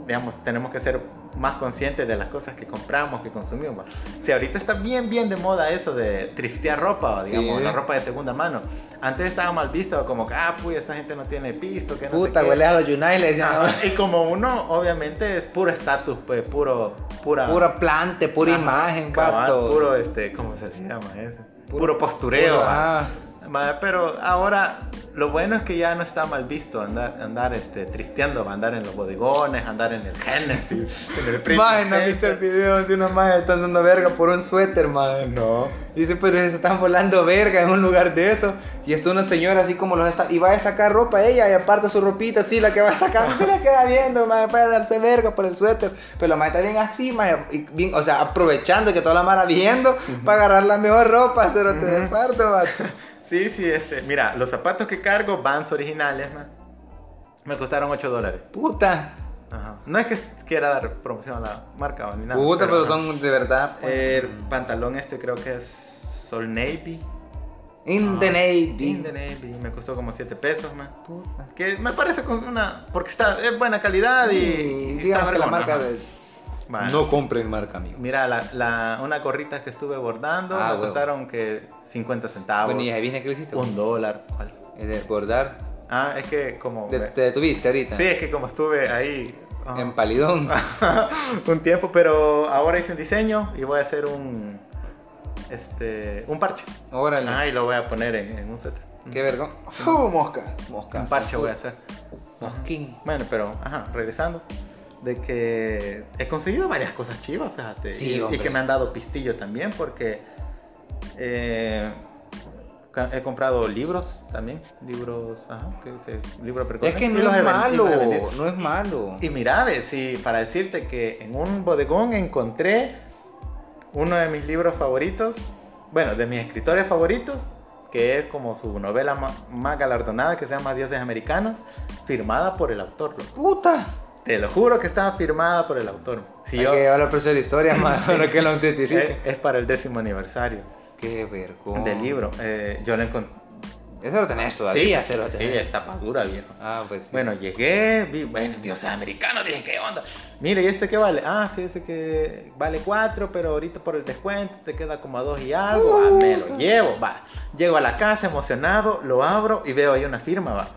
S7: digamos, tenemos que ser más conscientes de las cosas que compramos, que consumimos. Si ahorita está bien, bien de moda eso de thriftear ropa, o, digamos,
S6: Sí.
S7: la ropa de segunda mano. Antes estaba mal visto, como que, ah, puy, esta gente no tiene pisto, que no
S6: Puta,
S7: sé qué.
S6: huele a los Yunay, le decían,
S7: Ajá, Y como uno, obviamente, es puro estatus, pues, puro, pura,
S6: Pura plante, pura
S7: Ajá,
S6: imagen,
S7: cabal,
S6: pato.
S7: Puro, este, ¿cómo se le llama eso? Puro, postureo. va.
S6: ah,
S7: Va, Pero ahora, lo bueno es que ya no está mal visto andar, andar este, tristeando, va, andar en los bodegones, andar en
S6: [laughs]
S7: el Genesis, en el Princess
S6: Maje, ¿no viste el
S7: Center.
S6: video de unos majes están dando verga por un suéter, maje?
S7: No.
S6: Dice, pero se están volando verga en un lugar de eso. Y está una señora así como los está. Y va a sacar ropa ella y aparte su ropita así, la que va a sacar. [laughs] Se la queda viendo, madre, para darse verga por el suéter. Pero la madre está bien así, madre, y bien, o sea, aprovechando que toda la mara viendo para agarrar la mejor ropa, se lo te
S7: Ujú.
S6: desparto, madre.
S7: Sí, sí, este, mira, los zapatos que cargo, Vans originales, man, me costaron 8 dólares.
S6: Puta.
S7: Ajá. No es que quiera dar promoción a la marca o ni nada.
S6: Puta, pero
S7: ajá.
S6: son de verdad. pues.
S7: El pantalón este creo que es Sol Navy.
S6: In the
S7: Ah,
S6: Navy.
S7: In the Navy. Me costó como 7 pesos, man.
S6: Puta.
S7: Que me parece con una. Porque está, es buena calidad y.
S6: Y
S7: y
S6: digamos
S7: está
S6: que la
S7: vergona,
S6: marca
S7: ajá.
S6: de.
S7: Vale.
S3: compren marca, amigo.
S7: Mira, la, la- una gorrita que estuve bordando
S6: Ah,
S7: me
S6: huevo.
S7: costaron que 50 centavos.
S6: Bueno, y ahí viene que lo hiciste.
S7: un dólar. ¿cuál?
S6: El de bordar.
S7: Ah, es que como.
S6: Te, te detuviste ahorita.
S7: Sí, Ah. es que como estuve ahí. ajá,
S6: En palidón.
S7: un tiempo, pero ahora hice un diseño y voy a hacer un. Este. Un parche.
S6: Órale.
S7: Ah, y lo voy a poner en, en un suéter.
S6: Qué vergüenza. Oh, mosca. Mosca.
S7: Un parche voy a hacer.
S6: Mosquín.
S7: Bueno, pero, ajá, regresando. De que he conseguido varias cosas chivas, fíjate.
S6: Sí,
S7: y, y
S6: hombre.
S7: que me han dado pistillo también, porque eh, ca- he comprado libros también. Libros, ajá, que dice libro precoz.
S6: Es que
S7: Y
S6: no
S7: los he
S6: es
S7: ven- y
S6: malo.
S7: los he vendido.
S6: No es malo.
S7: Y mira, ve, sí, para decirte que en un bodegón encontré uno de mis libros favoritos, bueno, de mis escritores favoritos, que es como su novela ma- más galardonada que se llama Dioses Americanos, firmada por el autor. loco.
S6: Puta.
S7: Te lo juro que estaba firmada por el autor. Si
S6: Hay
S7: yo,
S6: que llevarlo al precio de la historia más
S7: [laughs]
S6: para que Oh. lo
S7: es,
S6: certifique.
S7: es para el décimo aniversario
S6: Qué vergüenza.
S7: del libro. Eh, yo lo encontré.
S6: Eso lo tenés todavía.
S7: sí,
S6: se lo
S7: sí,
S6: tenés.
S7: es tapadura, viejo.
S6: Ah, pues sí.
S7: Bueno, llegué, vi, bueno, Dios es americano, dije, ¿qué onda? Mire, ¿y este qué vale? Ah, fíjese que vale 4, pero ahorita por el descuento te queda como a 2 y algo. Ah, me lo llevo, va. Llego a la casa emocionado, lo abro y veo ahí una firma, va.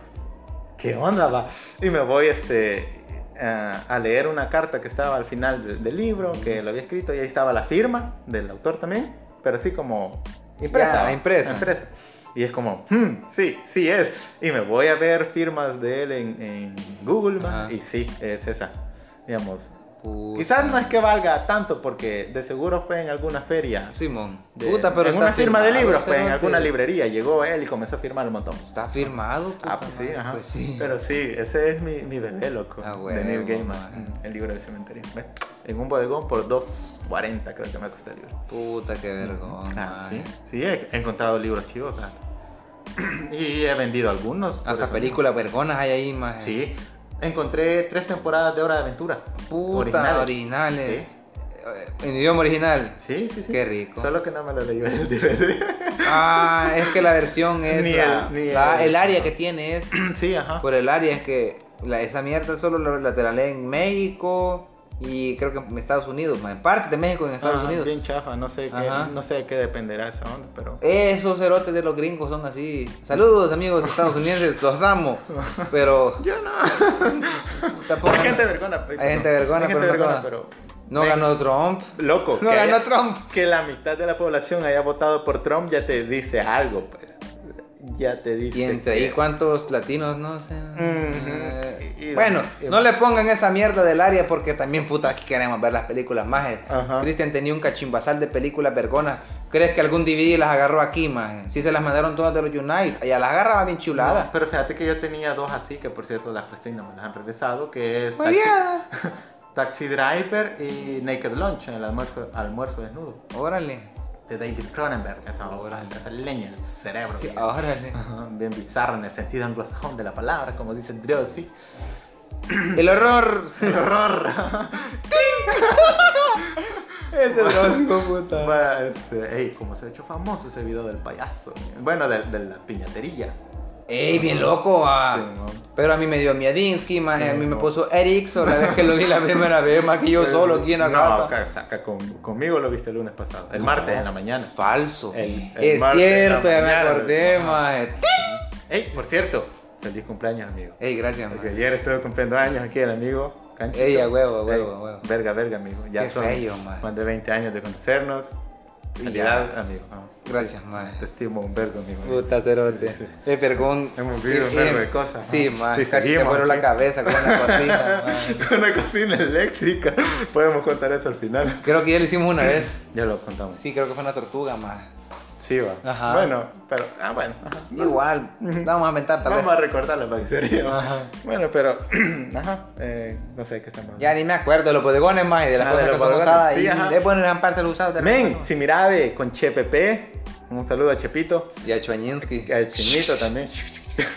S7: ¿Qué onda, va? Y me voy este, a- a leer una carta que estaba al final del, del libro, que lo había escrito, y ahí estaba la firma del autor también, pero así como impresa.
S6: Ya,
S7: ¿va?
S6: impresa.
S7: impresa. Y es como, "Hmm, sí, sí es. Y me voy a ver firmas de él en, en Google, va,
S6: Ajá.
S7: y sí, es esa. Digamos,
S6: Puta.
S7: quizás no es que valga tanto, porque de seguro fue en alguna feria.
S6: Simón.
S7: de-
S6: Puta, pero
S7: en
S6: está
S7: una firma de
S6: firmado,
S7: libros, pues, en
S6: cerote.
S7: alguna librería llegó él y comenzó a firmar un montón.
S6: Está firmado. puta
S7: Ah, pues sí,
S6: madre,
S7: ajá.
S6: Pues sí.
S7: Pero sí, ese es mi, mi bebé, loco.
S6: Ah,
S7: de Neil
S6: huevo,
S7: Gaiman,
S6: man.
S7: mm, el libro del cementerio. Ve, En un bodegón por 2.40 creo que me costó el libro.
S6: Puta, qué vergüenza.
S7: Ah, sí, sí, he he encontrado libros chivos. ah. [clears throat] y he vendido algunos. por
S6: Hasta
S7: eso
S6: películas vergonas hay ahí, más.
S7: mismo. Sí, encontré tres temporadas de Hora de Aventura.
S6: Puta, originales. Eh, En idioma original.
S7: Sí, sí, sí. sí.
S6: Qué rico.
S7: Solo que no me lo leí en el
S6: [clears throat]
S7: DVD.
S6: Ah, es que la versión es.
S7: Ni
S6: la-
S7: el- ni
S6: la-
S7: el-
S6: el área que tiene es. [clears throat]
S7: sí, ajá.
S6: Por el área es que la- esa mierda solo la, la te la leen en México y creo que en Estados Unidos, ma, en parte de México y en Estados
S7: Ah,
S6: Unidos.
S7: Bien chafa, no sé,
S6: Ajá.
S7: qué, no sé de qué dependerá esa onda, pero...
S6: Esos cerotes de los gringos son así. Saludos amigos
S7: [laughs]
S6: estadounidenses, los amo. Pero
S7: Yo no.
S6: tampoco.
S7: Hay gente vergona. eh,
S6: Hay gente vergona,
S7: Hay
S6: pero
S7: gente
S6: no
S7: vergona,
S6: toda.
S7: pero...
S6: No
S7: Ven,
S6: ganó Trump.
S7: Loco.
S6: No
S7: que
S6: ganó
S7: haya-
S6: Trump.
S7: Que la mitad de la población haya votado por Trump ya te dice algo, pues. Ya te dice.
S6: Y entre
S7: que-
S6: ahí cuántos latinos, no sé.
S7: Ujú.
S6: Eh,
S7: Y sí.
S6: Bueno,
S7: eh,
S6: no le pongan esa mierda del área porque también, puta, aquí queremos ver las películas más. eh.
S7: Ajá.
S6: Cristian tenía un cachimbasal de películas vergonas. ¿Crees que algún DVD las agarró aquí, más? Si se las mandaron todas de los Unites. Allá las agarraba bien chuladas.
S7: no, pero fíjate que yo tenía dos así, que por cierto las presté y no me las han regresado, que es
S6: Muy
S7: Taxi,
S6: bien.
S7: Taxi Driver y Naked Lunch, el almuerzo, almuerzo desnudo,
S6: Órale.
S7: de David Cronenberg, esa,
S6: Órale.
S7: esa leña en el cerebro. [laughs]
S6: Sí, ah.
S7: digamos.
S6: órale.
S7: Ajá, Bien bizarro en el sentido anglosajón de la palabra, como dice Drosy.
S6: El horror.
S7: El horror.
S6: [laughs] Ese dróxico, puta.
S7: [laughs] Va, este, ey, como se ha hecho famoso ese video del payaso. Bueno, de, de la piñatería.
S6: Ey, bien loco, ah.
S7: Sí, ¿no?
S6: Pero a mí me dio Miadinsky, más
S7: Sí,
S6: a mí me
S7: no.
S6: puso Erickson la vez que lo vi la primera vez, más
S7: [laughs]
S6: que yo solo aquí en la
S7: no,
S6: casa.
S7: ca- saca con- conmigo lo viste el lunes pasado. El martes en la mañana.
S6: Falso.
S7: El- el
S6: es
S7: martes de la
S6: cierto, ya me
S7: mañana.
S6: acordé,
S7: Ajá.
S6: maje.
S7: Ey, por cierto, feliz cumpleaños, amigo.
S6: Ey, gracias,
S7: Porque
S6: maje.
S7: ayer estuve cumpliendo años aquí el amigo. Canchito.
S6: Ey, a huevo, a
S7: Ey,
S6: huevo, a huevo.
S7: Verga, verga, amigo. Ya
S6: Qué
S7: son
S6: feo, maje.
S7: más de 20 años de conocernos.
S6: Y
S7: Calidad, amigo. Ah,
S6: Gracias,
S7: Te
S6: maje.
S7: estimo un vergo, amigo.
S6: Puta cerote.
S7: Sí, sí.
S6: Eh, perdón.
S7: Hemos vivido un
S6: Eh,
S7: verbo
S6: eh,
S7: de cosas.
S6: Sí,
S7: ¿no?
S6: maje.
S7: Sí,
S6: Casi te
S7: seguimos
S6: muero la
S7: aquí.
S6: cabeza con
S7: [laughs]
S6: la cocina, maje.
S7: Una cocina eléctrica. Podemos contar eso al final.
S6: Creo que ya lo hicimos una vez.
S7: Ya lo contamos.
S6: Sí, creo que fue una tortuga, maje.
S7: Sí, va.
S6: Ajá.
S7: Bueno, pero. Ah, bueno. ajá.
S6: Igual, la vamos a inventar tal vez.
S7: Vamos a recordarla para que se ría.
S6: Ajá.
S7: Bueno, pero. [clears throat] ajá. eh, no sé qué estamos
S6: Ya ni me acuerdo de los bodegones, maje, de las
S7: Ah, de
S6: cosas
S7: los
S6: que son
S7: bodegones.
S6: usadas.
S7: Sí,
S6: y
S7: ajá.
S6: es bueno parte los usados de la
S7: Men,
S6: mano.
S7: si mirabe con Che Pepe. Un saludo a Chepito.
S6: Y a Chuañinsky.
S7: Y a Chinito también. [laughs]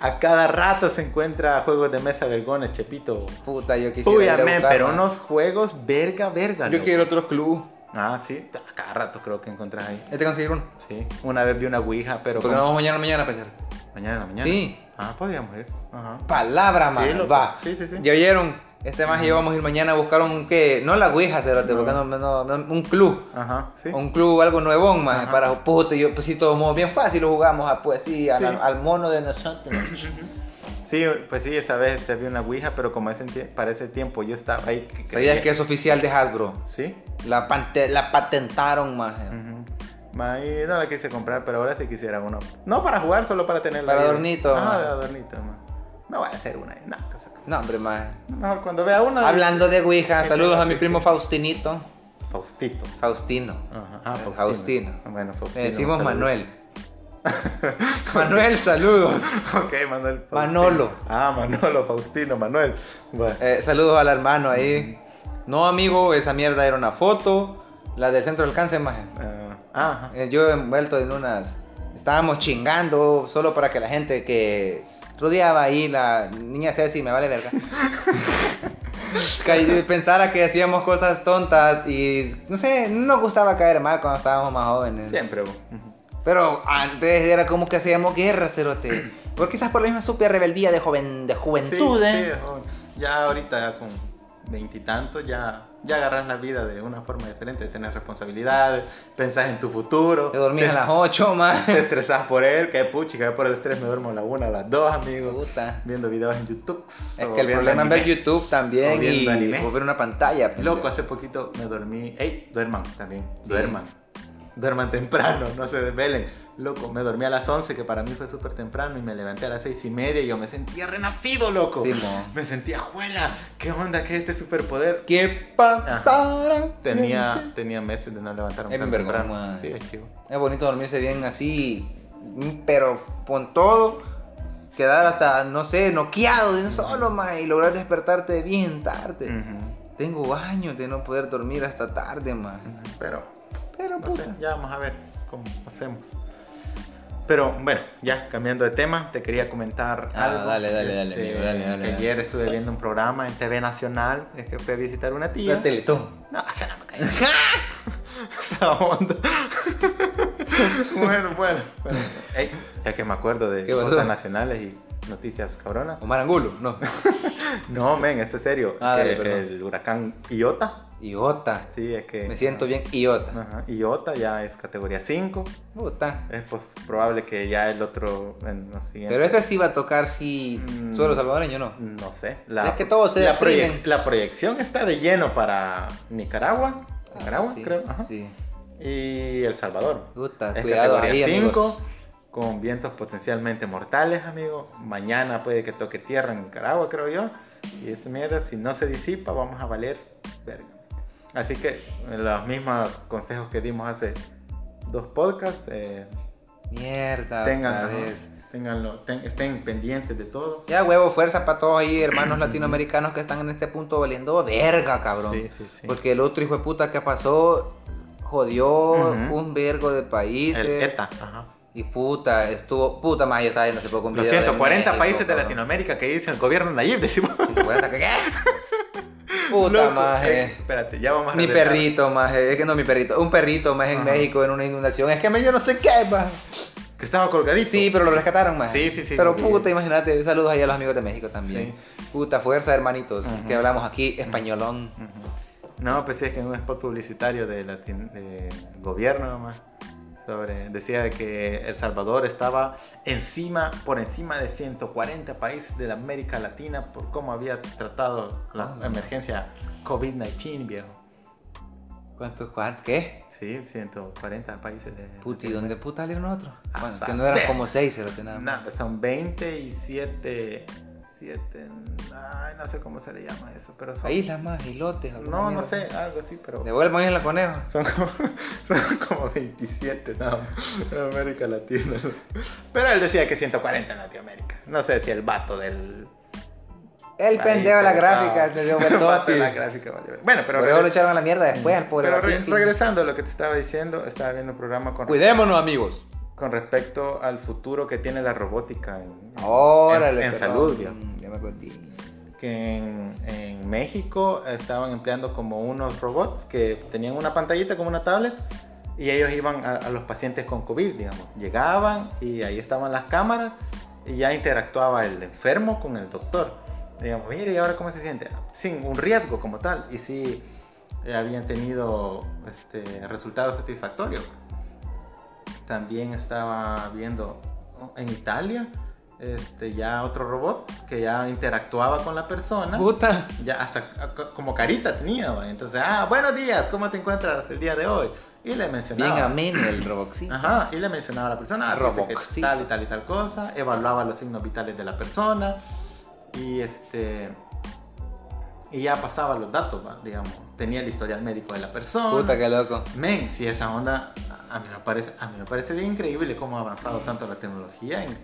S7: a cada rato se encuentra juegos de mesa vergones, Chepito.
S6: Puta, yo quisiera.
S7: Uy,
S6: ir a
S7: amén,
S6: buscar,
S7: pero
S6: maje.
S7: unos juegos verga, verga.
S6: Yo
S7: loco.
S6: quiero otro club.
S7: Ah, sí, a cada rato creo que encontrás ahí.
S6: Este conseguir uno.
S7: Sí, una vez vi una ouija, pero
S6: Porque
S7: como-
S6: no vamos mañana mañana, pendejo.
S7: mañana en la mañana.
S6: Sí.
S7: Ah, podríamos ir. Ajá.
S6: Palabra,
S7: Sí,
S6: más
S7: loco.
S6: Va.
S7: Sí, sí, sí.
S6: ¿Ya vieron? Este más y yo vamos a ir mañana a buscar un que. No la Ouija, cerote, porque no, no- no- un club.
S7: Ajá, sí.
S6: Un club, algo nuevón, más
S7: Ajá.
S6: para puta, yo pues sí, todo modo bien fácil, lo jugamos a pues sí, al,
S7: Sí.
S6: al mono de
S7: [coughs]
S6: nosotros.
S7: Sí, pues sí, esa vez se vio una ouija, pero como ese tie- para ese tiempo yo estaba ahí. que
S6: ¿Sabías
S7: creía-
S6: que es oficial de Hasbro?
S7: Sí.
S6: La, pante- la patentaron, más
S7: ujú. Ma, y no la quise comprar, pero ahora sí quisiera uno. No para jugar, solo para tenerla.
S6: Para
S7: ahí.
S6: adornito,
S7: Ajá,
S6: ma.
S7: de adornito, ma. Me voy a hacer una. eh. No, que se-
S6: No, hombre, más
S7: Mejor cuando vea una.
S6: Hablando de Ouija,
S7: Sí,
S6: saludos
S7: sí,
S6: a mi
S7: sí,
S6: primo
S7: sí.
S6: Faustinito.
S7: Faustito.
S6: Faustino.
S7: Ajá, ah, Faustino.
S6: Eh, Faustino.
S7: Bueno, Faustino.
S6: Le decimos
S7: un saludo.
S6: Manuel. Manuel, saludos.
S7: [laughs] Ok, Manuel. Faustino.
S6: Manolo.
S7: Ah, Manolo, Faustino, Manuel. Bueno.
S6: Eh, saludos al hermano ahí. No, amigo, esa mierda era una foto. La del centro de alcance, maje.
S7: ah, ajá.
S6: Eh, yo envuelto en unas. Estábamos chingando solo para que la gente que rodeaba ahí, la niña Ceci, me vale verga. que pensara que hacíamos cosas tontas y no sé, no nos gustaba caer mal cuando estábamos más jóvenes.
S7: Siempre. bo.
S6: Pero antes era como que hacíamos guerra, cerote. Por quizás por la misma super rebeldía de joven, de juventud,
S7: sí,
S6: ¿eh?
S7: sí, joven. ya ahorita ya con veintitantos ya, ya agarras la vida de una forma diferente, tenés responsabilidades, pensás en tu futuro.
S6: Te dormías a las 8, más.
S7: [laughs] te estresás por él, que puchi, que por el estrés me duermo a la una, a las dos, amigo.
S6: Puta.
S7: Viendo videos en YouTube.
S6: Es
S7: o
S6: que el
S7: viendo
S6: problema es ver
S7: anime.
S6: YouTube también
S7: O
S6: y
S7: viendo anime.
S6: o ver una pantalla. pendejo.
S7: Loco, hace poquito me dormí. ¡Ey! Duerman también.
S6: Sí.
S7: Duerman. Duerman temprano, no se desvelen. Loco, me dormí a las 11, que para mí fue súper temprano, y me levanté a las 6 y media y yo me sentía renacido, loco.
S6: Sí, mo.
S7: me sentía juela. ¿Qué onda? ¿Qué es este superpoder?
S6: ¿Qué pasará?
S7: Tenía, tenía meses de no levantarme
S6: Es
S7: tan
S6: vergüenza,
S7: temprano.
S6: man.
S7: Sí, es chivo.
S6: Es bonito dormirse bien así, pero con todo, quedar hasta, no sé, noqueado de un solo, más y lograr despertarte bien tarde.
S7: Mm. Ujú.
S6: Tengo años de no poder dormir hasta tarde, más.
S7: Pero,
S6: Pero
S7: no sé,
S6: puta.
S7: ya vamos a ver cómo hacemos. Pero bueno, ya cambiando de tema, te quería comentar
S6: Ah,
S7: algo. Este,
S6: dale, dale, dale, amigo, dale, dale,
S7: que
S6: dale.
S7: ayer estuve viendo un programa en TV Nacional, es que fui a visitar una tía. [laughs]
S6: La Teletón.
S7: No, es que no me caí. Esa onda. [laughs] bueno, bueno. bueno. Ey, ya que me acuerdo de
S6: ¿Qué pasó?
S7: cosas nacionales y noticias cabronas.
S6: Omar Angulo, no. [laughs]
S7: No, men, esto es serio.
S6: Ah, dale,
S7: Eh,
S6: perdón.
S7: el huracán Iota.
S6: Iota.
S7: Sí, Ah. es que...
S6: Me siento bien iota.
S7: Ajá, Iota ya es categoría 5.
S6: Puta.
S7: Es pues, probable que ya el otro en los siguientes.
S6: Pero ese sí va a tocar si
S7: Mm.
S6: suelo salvadoreño, ¿no.
S7: No sé. La,
S6: Es que todos se
S7: la,
S6: deprimen.
S7: proyec- la proyección está de lleno para Nicaragua. Nicaragua,
S6: Ah, Sí,
S7: creo. ajá,
S6: Sí.
S7: Y El Salvador.
S6: Puta,
S7: Es
S6: cuidado ahí,
S7: categoría 5.
S6: amigos.
S7: con vientos potencialmente mortales, amigo. Mañana puede que toque tierra en Nicaragua, creo yo. Y esa mierda, si no se disipa, vamos a valer verga. Así que los mismos consejos que dimos hace dos podcasts, eh,
S6: Mierda.
S7: tengan,
S6: otra vez.
S7: tenganlo- ten- estén pendientes de todo.
S6: Ya, huevo, fuerza para todos ahí,
S7: [clears throat]
S6: hermanos latinoamericanos que están en este punto valiendo verga, cabrón.
S7: Sí, sí, sí.
S6: Porque el otro hijo de puta que pasó jodió
S7: Ujú.
S6: un vergo de países.
S7: El ETA. Ajá.
S6: Y puta, estuvo. Puta más, yo estaba viendo hace poco un
S7: Lo
S6: video
S7: siento,
S6: de
S7: 40
S6: México,
S7: países de
S6: cabrón.
S7: Latinoamérica que dicen el gobierno Nayib, [laughs] decimos.
S6: 40 que- ¿qué? Puta
S7: [laughs] Loco,
S6: maje.
S7: eh, Espérate, ya vamos a
S6: Mi
S7: regresar.
S6: perrito maje. Es que no, mi perrito. Un perrito más en
S7: Ajá.
S6: México en una inundación. Es que me- yo no sé qué maje.
S7: Que estaba colgadito.
S6: Sí, pero lo rescataron más.
S7: Sí, sí, sí,
S6: Pero
S7: sí.
S6: puta, imagínate. Saludos ahí a los amigos de México también. Puta fuerza, hermanitos.
S7: Ujú.
S6: Que hablamos aquí españolón.
S7: Ujú. No, pues sí, es que en un spot publicitario del gobierno nomás, sobre, decía de que El Salvador estaba encima, por encima de 140 países de la América Latina por cómo había tratado
S6: Ah,
S7: la emergencia COVID-19, viejo.
S6: ¿Cuántos? cuántos? ¿Qué?
S7: Sí, 140 países de...
S6: Puti, ¿dónde puta salieron nosotros?
S7: Ah,
S6: Bueno, que
S7: sabe.
S6: no eran como seis, se lo tenían.
S7: Nah, pues son 27... 7... Ay, no sé cómo se le llama eso, pero son...
S6: Islas más, islotes. alguna
S7: No, no
S6: mierda.
S7: sé, algo así, pero...
S6: Devuelvan islas conejos.
S7: Son como, [laughs] son como 27 nada más en América Latina. Pero él decía que 140 en Latinoamérica. No sé si el vato del.
S6: El
S7: Ahí
S6: pendejo de la
S7: está,
S6: gráfica,
S7: [laughs] no.
S6: se dio
S7: El vato
S6: vuelto.
S7: de la gráfica, vale, vale. Bueno, pero,
S6: Pero luego lo
S7: regres-
S6: echaron a la mierda después al pobre
S7: pero re-
S6: Batinski.
S7: regresando a lo que te estaba diciendo, estaba viendo un programa con,
S6: Cuidémonos, amigos.
S7: con respecto al futuro que tiene la robótica ¿eh? en, en-
S6: Órale,
S7: en
S6: perdón.
S7: salud. viejo.
S6: Ya me acordé.
S7: que en, en México estaban empleando como unos robots que tenían una pantallita como una tablet y ellos iban a, a los pacientes con COVID, digamos. Llegaban y ahí estaban las cámaras y ya interactuaba el enfermo con el doctor. Digamos, mire, ¿y ahora cómo se siente? Sin un riesgo como tal. Y sí eh, habían tenido este, resultados satisfactorios. También estaba viendo en Italia este, ya otro robot que ya interactuaba con la persona
S6: Puta.
S7: ya hasta c- c- como carita tenía, va. entonces, ah, buenos días, ¿cómo te encuentras el día de hoy? Y le
S6: Bien
S7: mencionaba.
S6: ameno el Roboxy.
S7: Ajá, y le mencionaba a la persona, ah,
S6: Roboc,
S7: dice que
S6: sí.
S7: tal y tal y tal cosa, evaluaba los signos vitales de la persona y este y ya pasaba los datos, va, digamos, tenía el historial médico de la persona.
S6: Puta, qué loco.
S7: Men, si esa onda a- a mí me parece, a mí me parece bien increíble cómo ha avanzado tanto la tecnología en,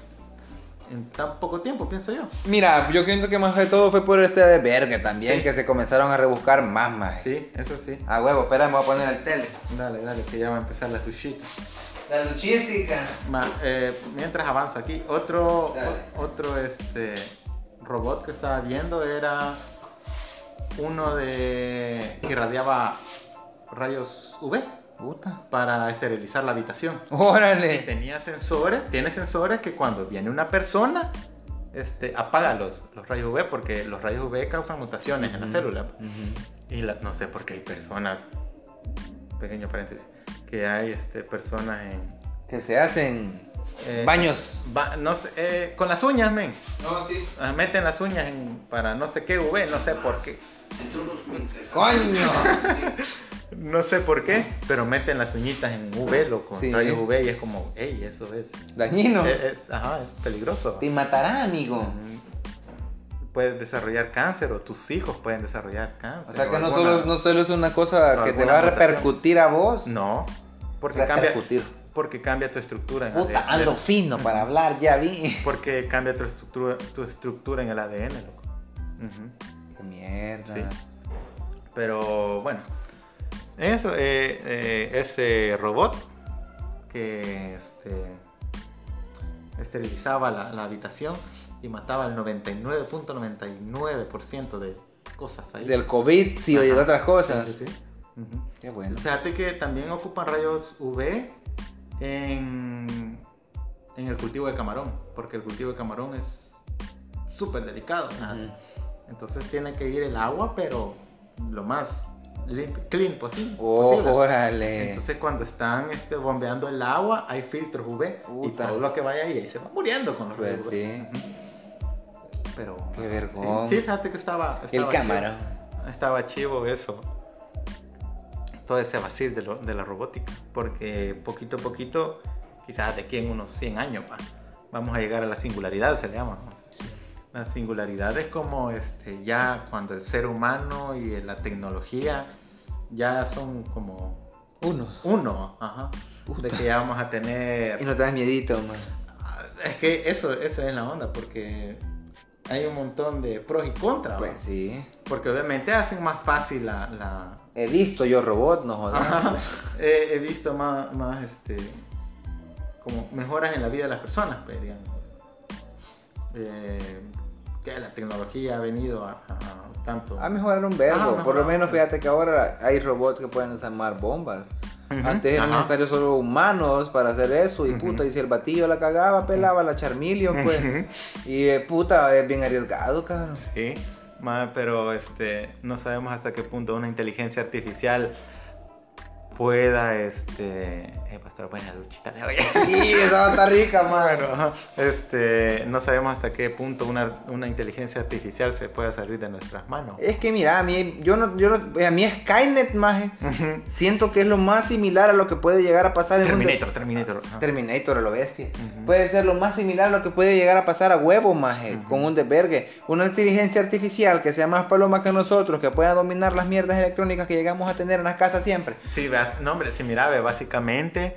S7: en tan poco tiempo, pienso yo.
S6: Mira, yo siento que más que todo fue por este de verga también,
S7: Sí.
S6: que se comenzaron a rebuscar más, más.
S7: Sí, eso sí.
S6: A huevo, espera, me voy a poner el tele.
S7: Dale, dale, que ya va a empezar la luchitas.
S6: La luchística.
S7: Ma- eh, mientras avanzo aquí, otro,
S6: Dale.
S7: o- otro este, robot que estaba viendo era uno de que irradiaba rayos UV
S6: Puta.
S7: para esterilizar la habitación. Y
S6: Órale.
S7: tenía sensores, tiene sensores que cuando viene una persona este, apaga los, los rayos UV porque los rayos UV causan mutaciones en la célula. Y la- no sé por qué hay personas, pequeño paréntesis, que hay este, personas en...
S6: Que se hacen
S7: eh,
S6: baños.
S7: Va- no sé, eh, con las uñas, men.
S6: No, sí.
S7: Ah, Meten las uñas en- para no sé qué V, no sé por qué.
S6: ¡Coño!
S7: No sé por qué, pero meten las uñitas en V, loco.
S6: Sí.
S7: en Rayos V y es como, ey, eso es.
S6: Dañino.
S7: es- es- ajá, es peligroso.
S6: Te matará, amigo.
S7: Mm, Puedes desarrollar cáncer o tus hijos pueden desarrollar cáncer.
S6: O sea que no
S7: alguna-
S6: solo, no solo es una cosa
S7: o
S6: que te
S7: alguna
S6: va a
S7: mutación.
S6: repercutir a vos.
S7: No, porque cambia, Ah,
S6: repercutir.
S7: porque cambia tu estructura en
S6: Puta,
S7: ADN.
S6: ando fino para hablar, ya vi.
S7: Porque cambia tu estructura, tu estructura en el ADN, loco. Ujú.
S6: Qué mierda.
S7: Sí. Pero bueno, eso, eh, eh, ese robot que este, esterilizaba la, la habitación y mataba el 99.99% de cosas ahí.
S6: Del COVID, sí, oye, de
S7: Ajá.
S6: otras cosas.
S7: Sí, sí, sí. Ujú.
S6: Qué bueno.
S7: Fíjate que también ocupan rayos UV en, en el cultivo de camarón, porque el cultivo de camarón es súper delicado. ajá.
S6: Ujú.
S7: Entonces tiene que ir el agua, pero lo más limp- clean posi- posible.
S6: Oh, órale.
S7: Entonces cuando están este, bombeando el agua, hay filtros UV y
S6: Puta.
S7: todo lo que vaya ahí, ahí se va muriendo con los
S6: Pues
S7: rayos
S6: sí.
S7: UV. Ujú. Pero...
S6: Qué
S7: sí,
S6: vergón.
S7: Sí, fíjate que estaba...
S6: el
S7: estaba
S6: camarón.
S7: chivo- estaba chivo eso. Todo ese vacío de, lo- de la robótica. Porque poquito a poquito quizás de aquí en unos 100 años, pa, vamos a llegar a la singularidad, se le llama. ¿no? La singularidad es como este, ya cuando el ser humano y la tecnología ya son como
S3: Uno.
S7: uno, ajá, de que ya vamos a tener...
S6: Y no te das miedito, man.
S7: Ah, Es que eso, esa es la onda, porque hay un montón de pros y contras.
S6: Pues sí.
S7: Porque obviamente hacen más fácil la... la-
S6: He visto yo robot, no jodas.
S7: Ajá. he, he visto más, más, este, como mejoras en la vida de las personas, pues, digamos. Eh, que la tecnología ha venido a, a- a tanto...
S6: Ha mejorado un verbo.
S7: Ah, mejorado.
S6: Por lo menos fíjate que ahora hay robots que pueden desarmar bombas.
S7: Ujú.
S6: Antes era
S7: Ajá.
S6: necesario solo humanos para hacer eso. Y puta, y si el batillo la cagaba, pelaba la Charmeleon, pues. Y eh, puta, es bien arriesgado, cabrón.
S7: Sí, ma, pero este, no sabemos hasta qué punto una inteligencia artificial pueda, este, eh, pastor, buena luchita
S6: [laughs]
S7: de hoy.
S6: Sí, esa está rica, man.
S7: [laughs] Bueno, ajá, este, no sabemos hasta qué punto una, una inteligencia artificial se pueda salir de nuestras manos.
S6: Es que mira, a mí, yo no, yo no- a mí Skynet, maje, siento que es lo más similar a lo que puede llegar a pasar en un de-
S7: [laughs] Terminator, Terminator. ajá.
S6: Terminator a lo bestia.
S7: Ujú.
S6: Puede ser lo más similar a lo que puede llegar a pasar a huevo, maje, con un desvergue. Una inteligencia artificial que sea más paloma que nosotros, que pueda dominar las mierdas electrónicas que llegamos a tener en las casas siempre.
S7: Sí, veas- no, hombre, sí, mira, ve, básicamente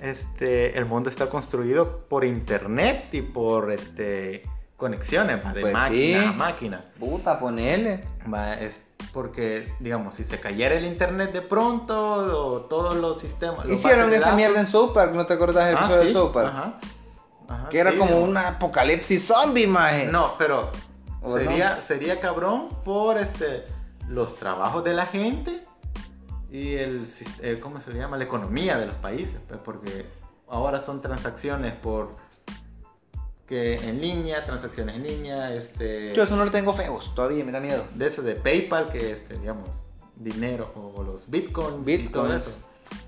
S7: este, el mundo está construido por internet y por este, conexiones ma, de
S6: Pues
S7: máquina
S6: sí.
S7: a máquina.
S6: Puta, ponele.
S7: Ma, es porque, digamos, si se cayera el internet de pronto o todos los sistemas. los
S6: Hicieron
S7: bases de
S6: esa
S7: datos-
S6: mierda en South Park, ¿no te acordás del
S7: Ah,
S6: episodio
S7: sí,
S6: de South Park?
S7: ajá, ajá,
S6: Que era
S7: sí,
S6: como
S7: no.
S6: un apocalipsis zombie, maje.
S7: No, pero
S6: ¿O
S7: sería, sería cabrón por este los trabajos de la gente y el, sis- el- ¿cómo se le llama? La economía de los países, pues, porque ahora son transacciones por que en línea, transacciones en línea, este
S6: Yo eso no lo tengo feos, todavía me da miedo.
S7: de eso de PayPal que este, digamos, dinero o los bitcoins, y todo
S6: Bitcoins.
S7: eso.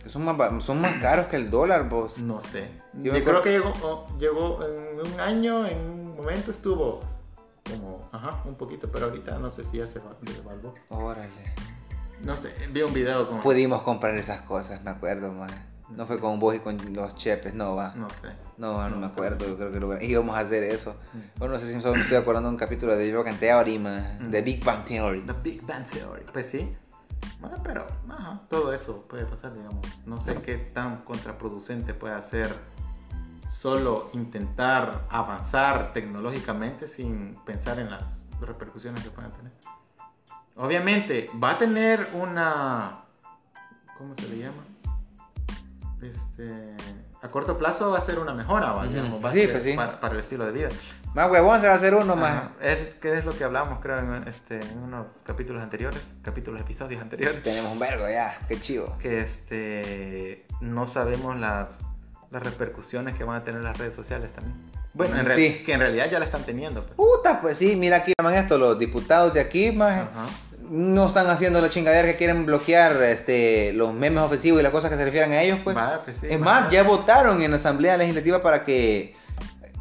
S6: Son más, ba- son más caros que el dólar, vos.
S7: No sé.
S6: Yo
S7: Yo,
S6: me acuerdo-
S7: creo que llegó, oh, llegó en un año, en un momento estuvo como, ajá, un poquito, pero ahorita no sé si ya se va- devaluó.
S6: Órale.
S7: No sé, vi un video como,
S6: Pudimos comprar esas cosas, me acuerdo, maje. No fue con vos y con los chepes, no va.
S7: no sé.
S6: No, no me
S7: No,
S6: acuerdo, Mm. yo creo que lo íbamos a hacer eso. Bueno, no sé si solo me estoy acordando de un capítulo de Joe Theory, ma, de Big Bang Theory.
S7: The Big Bang Theory. Pues sí. Bueno, pero, ajá, todo eso puede pasar, digamos. No sé qué tan contraproducente puede ser solo intentar avanzar tecnológicamente sin pensar en las repercusiones que puedan tener. Obviamente, va a tener una... ¿Cómo se le llama? Este, a corto plazo va a ser una mejora, ¿va?
S6: Ujú.
S7: Digamos, va a
S6: Sí,
S7: ser
S6: pues sí.
S7: para- para el estilo de vida.
S6: Más huevón se va a hacer uno, más.
S7: Ajá, Es que es lo que hablamos, creo, en, este, en unos capítulos anteriores, capítulos, episodios anteriores,
S6: Tenemos un vergo ya, qué chivo.
S7: que este, no sabemos las, las repercusiones que van a tener las redes sociales también. Bueno, en re-
S6: Sí.
S7: que en realidad ya la están teniendo. pues.
S6: Puta, pues sí, mira aquí, man, esto, los diputados de aquí, más.
S7: Ajá.
S6: No están haciendo la chingadera que quieren bloquear este, los memes ofensivos y las cosas que se refieran a ellos, pues.
S7: Vaya, pues sí,
S6: es más,
S7: imagínate.
S6: ya votaron en la Asamblea Legislativa para que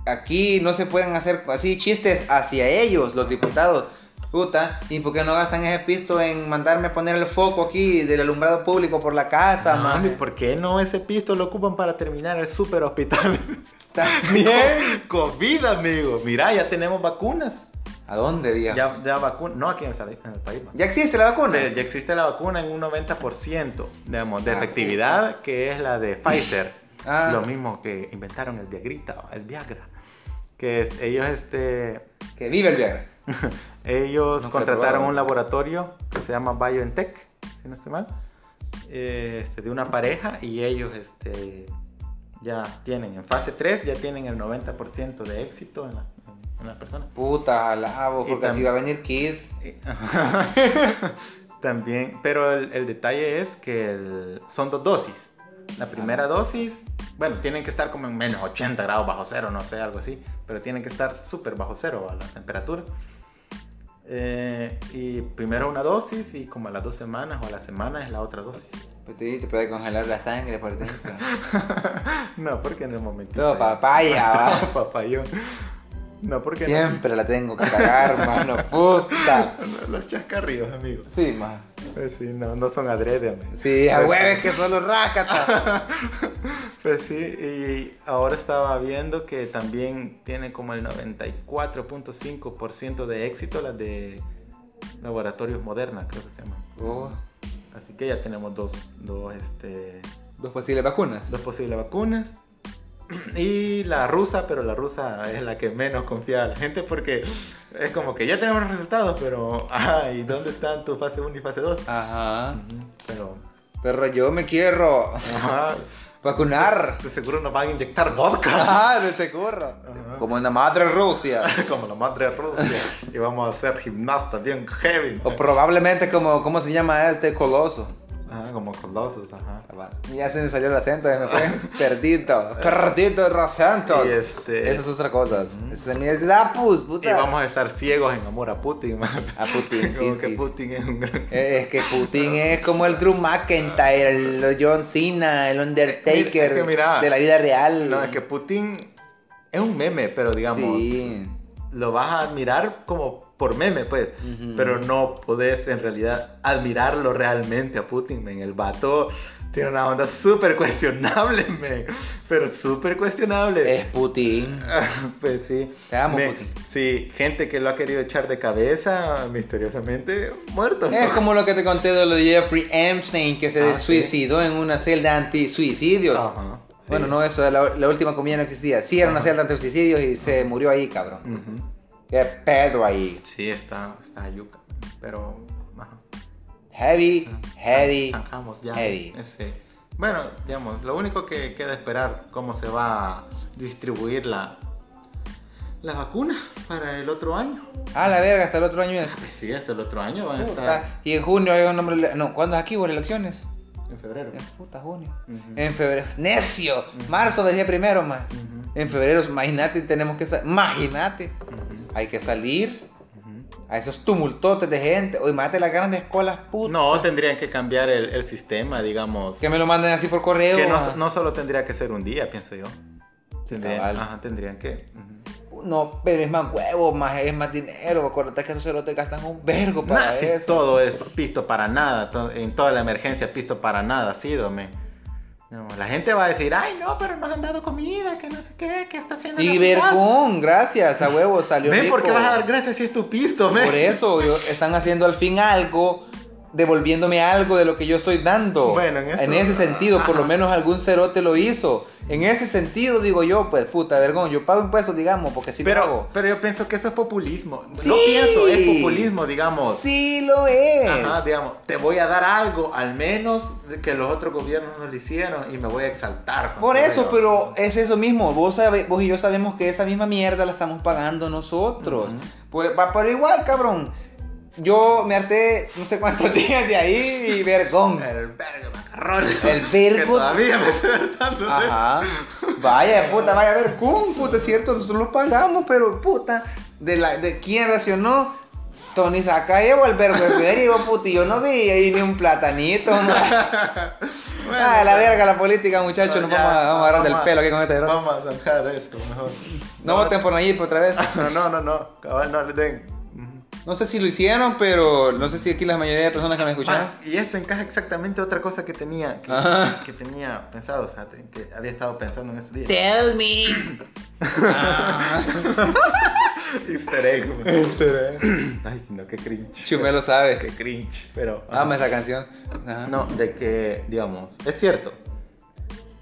S6: aquí no se puedan hacer así chistes hacia ellos, los diputados. Puta, ¿y por qué no gastan ese pisto en mandarme a poner el foco aquí del alumbrado público por la casa,
S7: No,
S6: mami?
S7: ¿y ¿Por qué no ese pisto lo ocupan para terminar el
S6: [laughs]
S7: super hospital? [laughs]
S6: También.
S7: Bien, COVID, amigo. Mira, ya tenemos vacunas.
S6: ¿A dónde, viejo? Ya,
S7: Ya, ya vacunas. No aquí en el, sal- en el país. ¿no?
S6: existe la vacuna?
S7: Ya- ya existe la vacuna en un 90% digamos, de
S6: Ah,
S7: efectividad, que es la de Pfizer.
S6: [coughs] Ah.
S7: Lo mismo que inventaron el Viagrita, el Viagra. Que es- ellos, este,
S6: Que vive el Viagra.
S7: ellos
S6: No fue
S7: contrataron
S6: probado.
S7: un laboratorio que se llama BioNTech, si no estoy mal, eh, este, de una pareja y ellos este, ya tienen, en fase 3 ya tienen el 90% de éxito en la, en- en la persona.
S6: Puta, alabo,
S7: Y
S6: porque así
S7: tam-
S6: va a venir Kiss.
S7: También, pero el, el detalle es que el- son dos dosis. La primera dosis, bueno, tienen que estar como en menos 80 grados bajo cero, no sé, algo así, pero tienen que estar súper bajo cero a la temperatura. Eh, y primero una dosis y como a las dos semanas o a la semana es la otra dosis. [laughs]
S6: Pues Te, te puede congelar la sangre por dentro.
S7: No, porque en el momento...
S6: No,
S7: [laughs]
S6: papaya, va.
S7: Papayón. No, porque... no-
S6: Siempre la tengo que cagar, mano,
S7: [laughs]
S6: puta.
S7: los chascarrillos, amigos.
S6: Sí, ma.
S7: Pues sí, no, no son adrede, amigos.
S6: Sí, a hueves que solo rácata.
S7: Pues sí, y ahora estaba viendo que también tiene como el 94.5% de éxito las de Laboratorios Moderna, creo que se llama.
S6: Oh,
S7: Así que ya tenemos dos, dos, este,
S3: Dos posibles vacunas.
S7: dos posibles vacunas. Y la rusa, pero la rusa es la que menos confía a la gente porque es como que ya tenemos los resultados, pero ay, ¿dónde están tu fase 1 y fase 2?
S3: Ajá.
S7: Pero
S6: Pero yo me quiero
S7: ajá,
S6: vacunar. [laughs]
S7: de seguro nos van a inyectar vodka.
S6: Ah, de seguro. Como en la madre Rusia.
S7: [laughs] Como la madre Rusia.
S6: [laughs]
S7: Y vamos a ser gimnastas bien heavy.
S6: O probablemente como, ¿cómo se llama este coloso?
S7: Ajá, como colosos, ajá.
S6: Ya se me salió el acento, ya me fue.
S7: [laughs]
S6: Perdido. Perdido el acento.
S7: Y este-
S6: Esas otras cosas. Eso es mi es lapus, puta.
S7: Y vamos a estar ciegos en amor a Putin. man.
S6: A Ah, Putin, sí,
S7: [laughs] Como que
S6: sí.
S7: Putin es un gran...
S6: Eh, Es que Putin es como el Drew McIntyre, el John Cena, el
S7: Eh, mira,
S6: Undertaker
S7: es que mira.
S6: de la vida real.
S7: No, es que Putin es un meme, pero digamos,
S6: Sí.
S7: lo vas a admirar como por meme, pues.
S6: Ujú.
S7: Pero no podés en realidad admirarlo realmente a Putin, men. El vato tiene una onda súper cuestionable, men. Pero súper cuestionable.
S6: Es Putin.
S7: [laughs] pues sí.
S3: Te amo,
S7: Men,
S3: Putin.
S7: Sí, gente que lo ha querido echar de cabeza, misteriosamente, muerto.
S6: Es
S7: ¿no?
S6: como lo que te conté de lo de Jeffrey Epstein que se
S7: Ah, sí.
S6: suicidó en una celda anti-suicidios.
S7: Ajá, sí.
S6: Bueno, no, eso, la, la última comida no existía. Sí, era una
S7: Ajá.
S6: celda anti-suicidios y se murió ahí, cabrón.
S7: Ujú.
S6: Qué pedo ahí.
S7: Sí, está, está yuca. Pero. ajá.
S6: Heavy, heavy.
S7: Zanjamos ya.
S6: heavy.
S7: ese. Bueno, digamos, lo único que queda esperar cómo se va a distribuir la, la vacuna para el otro año.
S6: A la verga, hasta el otro año es.
S7: Pues sí, hasta el otro año van a estar
S6: Puta, Y en junio hay un hombre. le- No, ¿cuándo es aquí, hubo elecciones?
S7: en febrero.
S6: En puta junio.
S7: Ujú.
S6: En febrero. ¡Necio! Marzo decía primero, man.
S7: Ujú.
S6: En febrero, imagínate, tenemos que salir. Imagínate. Hay que salir
S7: Ujú.
S6: a esos tumultotes de gente. O imagínate las grandes escuelas, puta.
S7: No, tendrían que cambiar el, el sistema, digamos.
S6: Que me lo manden así por correo.
S7: Que no,
S6: man.
S7: no solo tendría que ser un día, pienso yo. Tendrían,
S6: Cabal.
S7: ajá, tendrían que. ujú.
S6: No, pero es más huevo, más, es más dinero. Acuérdate que esos cerotes gastan un vergo para
S7: Nah, si
S6: eso.
S7: todo es pisto para nada. to- en toda la emergencia, pisto para nada ha sido, me. No, la gente va a decir, ay, no, pero nos han dado comida, que no sé qué, que está haciendo.
S6: Y
S7: la ciudad".
S6: vergón, gracias, a huevo, salió
S7: Ven,
S6: rico.
S7: ¿por qué vas a dar gracias si es tu pisto, men?
S6: Por eso, yo- están haciendo al fin algo, devolviéndome algo de lo que yo estoy dando.
S7: Bueno, en eso-
S6: ese sentido, por lo
S7: Ajá.
S6: menos algún cerote lo hizo. En ese sentido, digo yo, pues puta, vergón, yo pago impuestos, digamos, porque si lo
S7: Pero,
S6: hago.
S7: pero yo pienso que eso es populismo. No
S6: Sí.
S7: pienso, es populismo, digamos.
S6: Sí lo es.
S7: Ajá, digamos, te voy a dar algo, al menos que los otros gobiernos no lo hicieron, y me voy a exaltar.
S6: Por eso,
S7: ello.
S6: pero es eso mismo. Vos, sabe- vos y yo sabemos que esa misma mierda la estamos pagando nosotros.
S7: Ujú.
S6: Por- va- pero igual, cabrón. Yo me harté no sé cuántos [laughs] días de ahí y vergón.
S7: El verga macarrón.
S6: El vergo-
S7: Que todavía me estoy hartando. de-
S6: Ajá. Vaya, puta, vaya a ver, ¿cómo? Puta, es cierto, nosotros lo pagamos, pero puta, ¿de, la, de quién racionó? Tony saca llevo el vergo de feria, puta, y yo no vi ahí ni un platanito. ma.
S7: Bueno,
S6: Ah, la
S7: pero-
S6: verga la política, muchachos, nos
S7: ya,
S6: vamos a, vamos a agarrar del pelo aquí con este derrota.
S7: Vamos a zanjar eso, mejor.
S6: No voten por Nayib otra vez.
S7: No, no, no, no. Cabal, no le den.
S6: No sé si lo hicieron, pero no sé si aquí la mayoría de personas que me escucharon.
S7: Ah, y esto encaja exactamente a otra cosa que tenía, que,
S6: Ajá.
S7: que tenía pensado, fíjate, que había estado pensando en estos días.
S8: Tell me.
S7: Easter egg. man. Ay, no, qué cringe.
S6: Chumelo sabe.
S7: Qué cringe, pero...
S6: Ama esa canción. Ajá.
S7: Ah. No, de que, digamos, es cierto.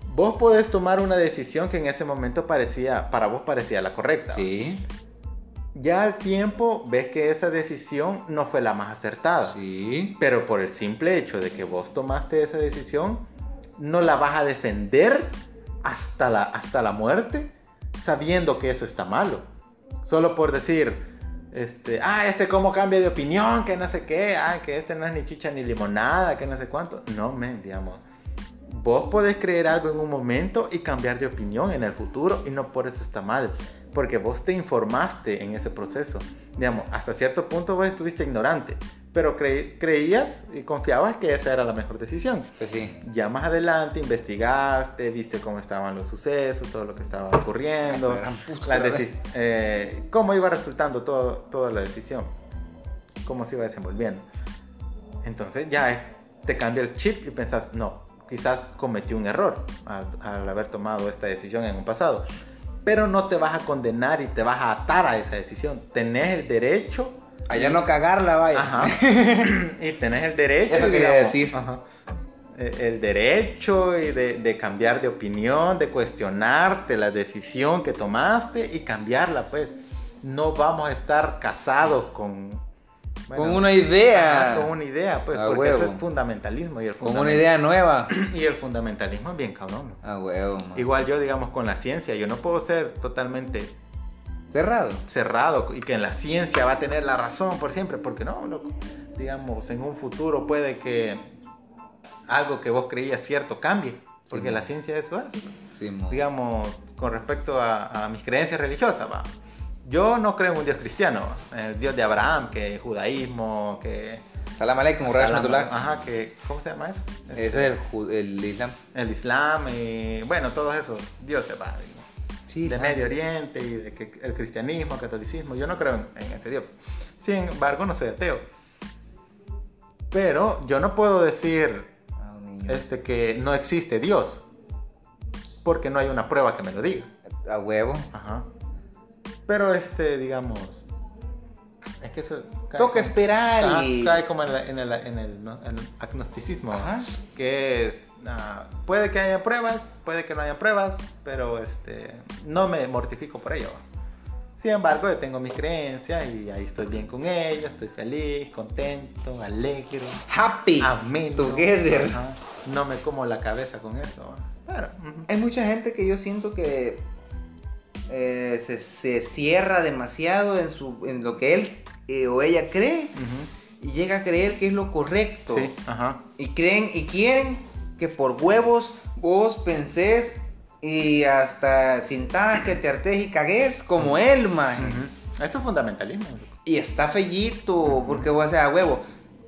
S7: Vos podés tomar una decisión que en ese momento parecía, para vos parecía la correcta.
S6: Sí,
S7: Ya al tiempo ves que esa decisión no fue la más acertada.
S6: sí.
S7: Pero por el simple hecho de que vos tomaste esa decisión, no la vas a defender hasta la, hasta la muerte, sabiendo que eso está malo. Solo por decir, este, ah, este cómo cambia de opinión, que no sé qué, ah, que este no es ni chicha ni limonada, que no sé cuánto. No, men, digamos. Vos podés creer algo en un momento y cambiar de opinión en el futuro y no por eso está mal, porque vos te informaste en ese proceso. Digamos, hasta cierto punto vos estuviste ignorante, pero cre- creías y confiabas que esa era la mejor decisión.
S6: Pues sí.
S7: Ya más adelante investigaste, viste cómo estaban los sucesos, todo lo que estaba ocurriendo,
S6: Gran puta,
S7: la
S6: la verdad.
S7: deci- eh, cómo iba resultando todo, toda la decisión, cómo se iba desenvolviendo. Entonces ya eh, te cambia el chip y pensás, no, quizás cometió un error al, al haber tomado esta decisión en un pasado. Pero no te vas a condenar y te vas a atar a esa decisión. Tenés el derecho
S6: Allá no cagarla, vaya.
S7: Ajá. [laughs] y tenés el derecho.
S6: Eso quería
S7: digamos,
S6: decir.
S7: ajá. Eh, El derecho y de, de cambiar de opinión, de cuestionarte la decisión que tomaste y cambiarla, pues. No vamos a estar casados con. bueno,
S6: ah, con una idea.
S7: ajá, con una idea, pues,
S6: A
S7: porque eso
S6: huevo.
S7: es fundamentalismo y el
S6: Con una
S7: fundamenta-
S6: idea nueva.
S7: y el fundamentalismo es bien cabrón.
S6: Ah, huevo, man.
S7: Igual yo, digamos, con la ciencia, yo no puedo ser totalmente
S6: Cerrado.
S7: cerrado y que en la ciencia va a tener la razón por siempre, porque no, loco. Digamos, en un futuro puede que algo que vos creías cierto cambie, porque
S6: Sí,
S7: la
S6: mo.
S7: ciencia eso es.
S6: Sí, mo.
S7: Digamos, con respecto a, a mis creencias religiosas, va. Yo no creo en un Dios cristiano, va. el Dios de Abraham, que judaísmo, que.
S6: Salam aleikum, Raj Eh.
S7: Ajá, que. ¿Cómo se llama eso?
S6: Ese es el, ju- el Islam.
S7: El Islam y. Bueno, todos esos dioses, va. digamos
S6: Sí,
S7: de
S6: ah,
S7: Medio Oriente y de que- el cristianismo, el catolicismo. Yo no creo en, en ese Dios. Sin embargo, no soy ateo. Pero yo no puedo decir
S6: ah, un niño.
S7: este, que no existe Dios. Porque no hay una prueba que me lo diga.
S6: A huevo.
S7: Ajá. Pero este, digamos. Es que eso. cae
S6: Toca
S7: como-
S6: esperar
S7: Ajá,
S6: y.
S7: cae como en, la- en el, en el- ¿no? en el agnosticismo.
S6: Ajá.
S7: Que es. ah, puede que haya pruebas, puede que no haya pruebas, pero este, no me mortifico por ello. Sin embargo, yo tengo mis creencias y ahí estoy bien con ellas, estoy feliz, contento, alegre,
S6: Happy.
S7: ameno.
S6: Together.
S7: Ajá. No me como la cabeza con eso. Pero, ujú.
S6: Hay mucha gente que yo siento que eh, se, se cierra demasiado en, su, en lo que él eh, o ella cree
S7: Ujú.
S6: y llega a creer que es lo correcto.
S7: Sí, ajá.
S6: Y creen y quieren que por huevos vos pensés y hasta sintás que te artes y cagues como él, maje.
S7: Ujú. Eso es fundamentalismo.
S6: Y está fellito, porque o sea, huevo,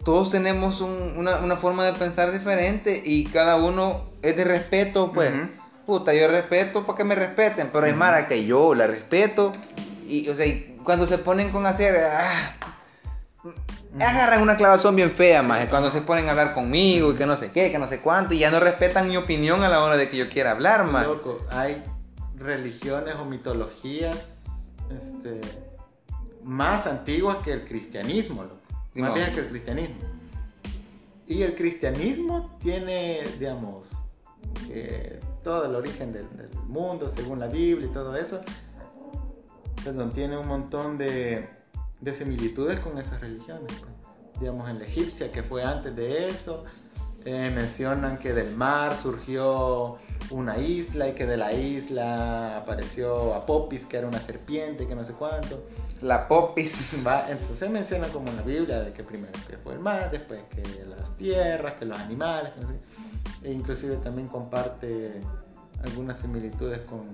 S6: todos tenemos un- una, una forma de pensar diferente y cada uno es de respeto, pues.
S7: Ujú.
S6: Puta, yo respeto para que me respeten, pero hay mara que yo la respeto. Y, o sea, y cuando se ponen con hacer... ah, agarran una clavazón bien fea, maje, cuando se ponen a hablar conmigo y que no sé qué, que no sé cuánto, y ya no respetan mi opinión a la hora de que yo quiera hablar, maje.
S7: Loco, hay religiones o mitologías este, más antiguas que el cristianismo, loco.
S6: Sí,
S7: más
S6: mo.
S7: viejas que el cristianismo. Y el cristianismo tiene, digamos, eh, todo el origen del, del mundo, según la Biblia y todo eso. Perdón, tiene un montón de, de similitudes con esas religiones. pues. Digamos, en la egipcia, que fue antes de eso, eh, mencionan que del mar surgió una isla y que de la isla apareció Apopis, que era una serpiente, que no sé cuánto.
S6: La popis.
S7: [laughs] Va, entonces mencionan como en la Biblia de que primero que fue el mar, después que las tierras, que los animales, que no sé qué. e inclusive también comparte algunas similitudes con,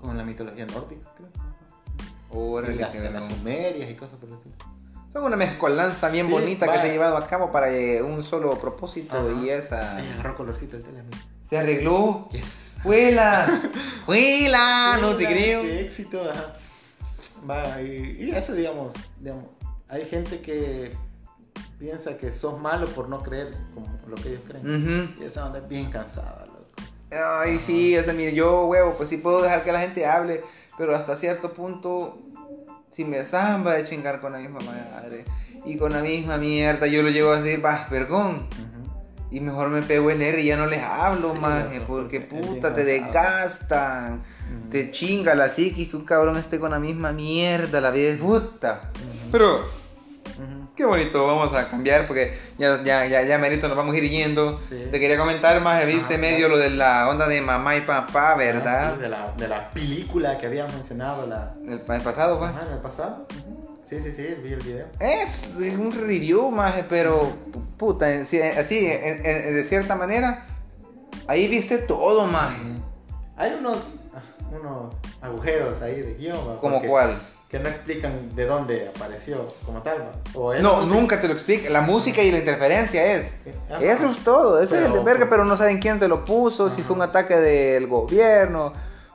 S7: con la mitología nórdica, creo. Y
S6: Órale,
S7: las,
S6: que me
S7: las
S6: lo-
S7: sumerias y cosas por el estilo.
S6: Son una mezcolanza bien
S7: Sí,
S6: bonita que
S7: vaya.
S6: se ha llevado a cabo para eh, un solo propósito
S7: Ajá.
S6: y esa.
S7: Ay, agarró colorcito el teléfono.
S6: Se arregló.
S7: Yes.
S6: ¡Huela!
S7: [laughs]
S6: ¡Huela! Ah, No te
S7: Mira,
S6: creo.
S7: Qué éxito, ajá. Va, y, y eso, digamos, digamos, hay gente que piensa que sos malo por no creer como lo que ellos creen.
S6: Ujú.
S7: Y esa onda es bien cansada, loco.
S6: Ay, sí, o sea, mire, yo, huevo, pues sí puedo dejar que la gente hable, pero hasta cierto punto, si me zamba de chingar con la misma madre y con la misma mierda, yo lo llevo a decir, vas, vergón. Y mejor me pego el R y ya no les hablo,
S7: Sí,
S6: más, eh,
S7: loco,
S6: porque
S7: porque
S6: puta,
S7: es
S6: te
S7: bien cansado.
S6: desgastan. Te chinga la psiquis que un cabrón esté con la misma mierda, la vida es puta. Pero, qué bonito, vamos a cambiar porque ya, ya, ya, ya merito nos vamos a ir yendo.
S7: Sí.
S6: Te quería comentar más, viste
S7: Ajá,
S6: medio
S7: claro.
S6: lo de la onda de mamá y papá, ¿verdad?
S7: Sí, de, la, de la película que habíamos mencionado la
S6: el, el pasado, pues.
S7: semana pasada. Sí, sí, sí, vi el video.
S6: Es un review más, pero puta, en- sí, así, en- en- de cierta manera, ahí viste todo más.
S7: Hay unos, ah, unos agujeros ahí de guión. ¿va?
S6: ¿Como
S7: Porque-
S6: cuál?
S7: Que no explican de dónde apareció como tal. ¿va? O él
S6: No,
S7: sé.
S6: nunca te lo explica. La música y la interferencia es.
S7: Ajá.
S6: Eso es todo, ese es el de
S7: Pero-
S6: verga, pero no saben quién te lo puso, si
S7: Ajá.
S6: fue un ataque del gobierno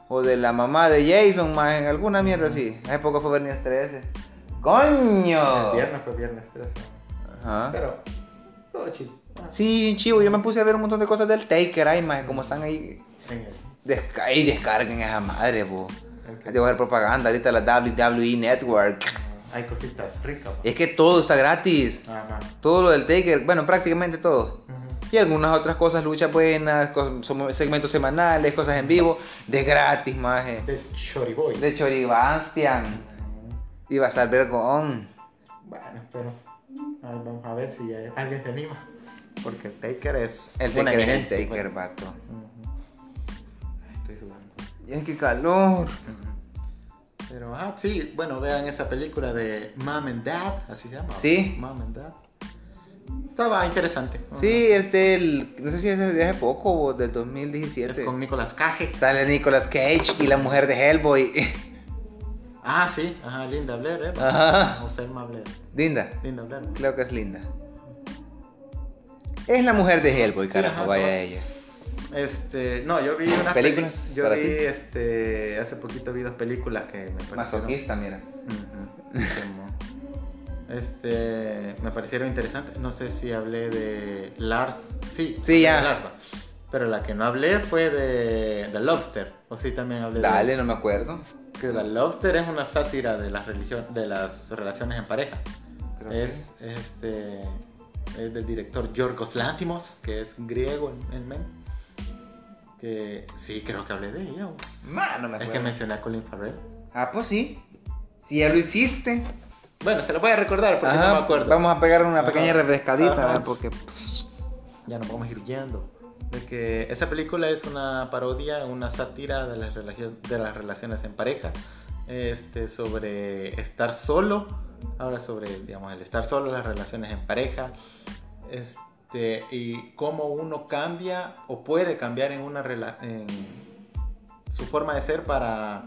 S6: o de la mamá de Jason, más en alguna mierda así. Hace poco fue viernes 13. ¡Coño!
S7: El viernes fue viernes 13.
S6: Ajá.
S7: Pero Todo chido. Ah,
S6: Sí, bien chivo. Yo me puse a ver un montón de cosas del Taker, ay, maje, como están ahí.
S7: en el-
S6: Desca ahí descarguen esa madre, po.
S7: en
S6: Te voy
S7: que-
S6: a ver propaganda ahorita la WWE Network.
S7: Hay cositas ricas.
S6: Es que todo está gratis.
S7: Ajá.
S6: Todo lo del Taker, bueno, prácticamente todo.
S7: Ujú.
S6: Y algunas otras cosas, luchas buenas, cos- som- segmentos semanales, cosas en vivo, de gratis, maje.
S7: De Choriboy.
S6: De Choribastian. Y va a estar vergón.
S7: Bueno, pero ahí vamos a ver si hay- alguien se anima. Porque el Taker es.
S6: El
S7: una
S6: Taker es el
S7: eminencia,
S6: Taker,
S7: pues.
S6: vato.
S7: Ujú. Ay, Estoy sudando.
S6: Y es que calor.
S7: Ujú. Pero, ah, sí, bueno, vean esa película de Mom and Dad, así se llama.
S6: Sí.
S7: Mom and Dad. Estaba interesante. Ujú.
S6: Sí, es del. No sé si es de hace poco o del
S7: Es
S6: 2017.
S7: con Nicolas Cage.
S6: Sale Nicolas Cage y la mujer de Hellboy. [laughs]
S7: Ah, sí, ajá, Linda Blair, ¿eh?
S6: Ajá.
S7: O Selma Blair.
S6: Linda.
S7: Linda Blair.
S6: Creo que es linda. Es la mujer de Hellboy,
S7: Sí,
S6: carajo,
S7: ajá,
S6: vaya
S7: cabal.
S6: ella.
S7: Este, no, yo vi unas
S6: Películas
S7: peli- Yo
S6: para
S7: vi,
S6: ti.
S7: este, hace poquito vi dos películas que me parecieron.
S6: Masoquista, mira.
S7: Ujú, Simón. Este, me parecieron interesantes. No sé si hablé de Lars. Sí,
S6: Sí,
S7: hablé
S6: ya.
S7: de Lars, va. Pero la que no hablé fue de The Lobster. O sí, también hablé
S6: Dale,
S7: de.
S6: no me acuerdo.
S7: Que The Lobster es una sátira de las, religión, de las relaciones en pareja.
S6: Creo que
S7: Es, es este, es del director Yorgos Lantimos, que es griego el, el men. Que sí, creo que hablé de ella. güey.
S6: Ma, no me
S7: Es
S6: acuerdo.
S7: que mencioné a Colin Farrell.
S6: Ah, pues sí. Si ya lo hiciste.
S7: Bueno, se lo voy a recordar porque
S6: Ajá,
S7: no me acuerdo.
S6: Vamos a pegar una
S7: Ajá.
S6: pequeña refrescadita,
S7: Ajá.
S6: ¿verdad? porque pues, pss,
S7: ya nos vamos a ir yendo. De que esa película es una parodia, una sátira de las, relacio- de las relaciones en pareja. Este, sobre estar solo. Habla sobre, digamos, el estar solo, las relaciones en pareja. Este, y cómo uno cambia o puede cambiar en una rela- en su forma de ser para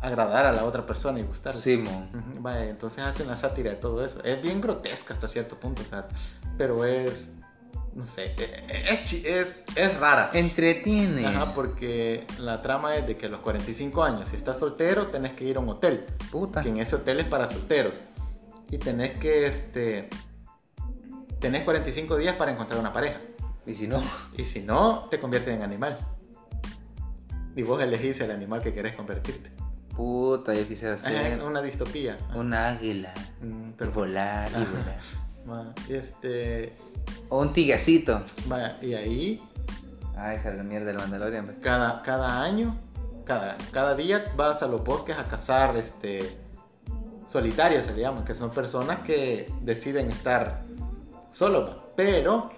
S7: agradar a la otra persona y gustarle.
S6: Simón.
S7: Ujú, Vale, entonces hace una sátira de todo eso. Es bien grotesca hasta cierto punto, fíjate, pero es, no sé, e- e- es, chi- es, es rara.
S6: Entretiene.
S7: Ajá, porque la trama es de que a los 45 años, si estás soltero, tenés que ir a un hotel.
S6: Puta.
S7: Que en ese hotel es para solteros. Y tenés que, este, tenés 45 días para encontrar una pareja.
S6: Y si no,
S7: Y si no, te conviertes en animal. Y vos elegís el animal que querés convertirte.
S6: puta, yo quisiera ser
S7: Es una distopía. Ajá.
S6: un águila.
S7: Mm,
S6: Pero
S7: pero-
S6: volar y
S7: Ajá.
S6: volar.
S7: Ma, Este,
S6: O un tigrecito.
S7: vaya, y ahí
S6: Ay, esa es la mierda del Mandalorian. pues. hombre.
S7: cada, cada año, cada, cada día vas a los bosques a cazar este, solitarios, se le llaman, que son personas que deciden estar solos, va, pero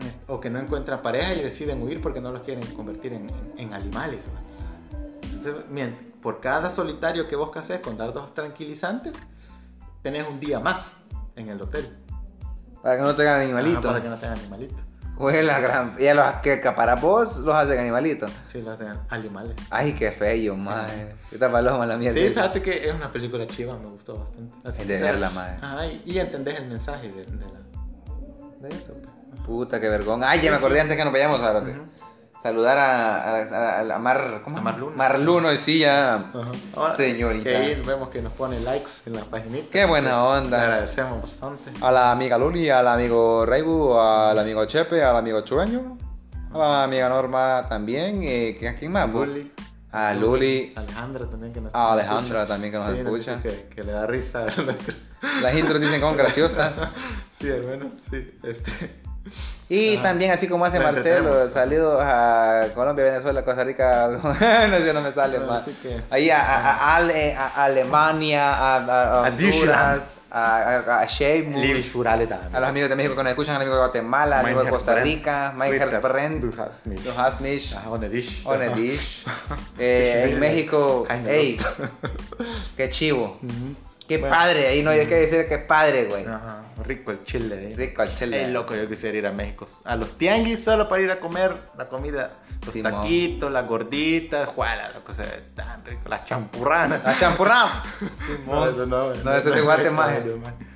S7: es- o que no encuentran pareja y deciden huir porque no los quieren convertir en, en animales. va. Entonces, mien- por cada solitario que vos cazás con dardos tranquilizantes, tenés un día más en el hotel.
S6: Para que no tengan
S7: Ajá,
S6: animalitos.
S7: para que no tengas animalitos.
S6: Pues la gran. Y a los que acaparas vos, los hacen animalitos.
S7: Sí, lo hacen animales.
S6: Ay, qué feo, madre. Esta paloma la mierda.
S7: Sí, fíjate que es una película chiva, me gustó bastante. Así
S6: Es
S7: que,
S6: de
S7: o sea,
S6: verla, madre.
S7: Ajá, y, y entendés el mensaje de, de la- de eso. pues.
S6: Puta, qué vergón. Ay, ya me acordé antes que nos vayamos ahora.
S7: Ujú.
S6: Saludar a, a, a- a la Mar. ¿Cómo?
S7: A Marluno.
S6: Marluno, y sí, ya.
S7: Ajá. Ahora,
S6: Señorita.
S7: Que ahí vemos que nos pone likes en la paginita.
S6: Qué buena
S7: Le
S6: onda.
S7: agradecemos bastante.
S3: A la amiga Luli, al amigo Raibu, al amigo Chepe, al amigo Chueño, a la amiga Norma también, eh, ¿a quién más? pues?
S7: Luli.
S3: A Luli,
S7: Alejandra también que
S6: Ah,
S7: nos
S3: A Alejandra también que nos
S7: Sí, dice
S3: escucha.
S7: Que, que le da risa a [laughs] nuestro.
S3: las intros dicen como graciosas.
S7: Sí, hermano, sí. Este.
S6: Y
S7: Ajá.
S6: también, así como hace
S7: Nos
S6: Marcelo,
S7: entretenemos.
S6: saludos a Colombia, Venezuela, Costa Rica. [laughs] no, yo no me sale,
S7: Bueno,
S6: más.
S7: así que-
S6: Ahí a, a- a Ale- a Alemania, a, a- a
S7: A
S6: Honduras, a, a, a Sheamus,
S7: Livis Furale también.
S6: a los amigos de México que nos escuchan, amigos de Guatemala, amigos de
S7: Meinhard
S6: Costa
S7: Brand,
S6: Rica, Meinhard
S7: Ritter,
S6: Brand,
S7: Du hast mich.
S6: los Hasmish,
S7: Ajá, One Dish.
S6: One [laughs]
S7: Ajá.
S6: Dish. Eh, en México, ey, qué chivo,
S7: Ujú.
S6: qué
S7: Bueno.
S6: padre, ahí no hay que decir que padre, güey.
S7: Ajá, rico el chile. ahí.
S6: Rico el chile.
S7: Ey, loco, yo quisiera ir a México. A los tianguis solo para ir a comer la comida. Los
S6: Simón.
S7: taquitos, las gorditas. Juala, loco, se ve tan rico. Las champurranas.
S6: La champurrado.
S7: No, eso no.
S6: No, eso es de Guatemala.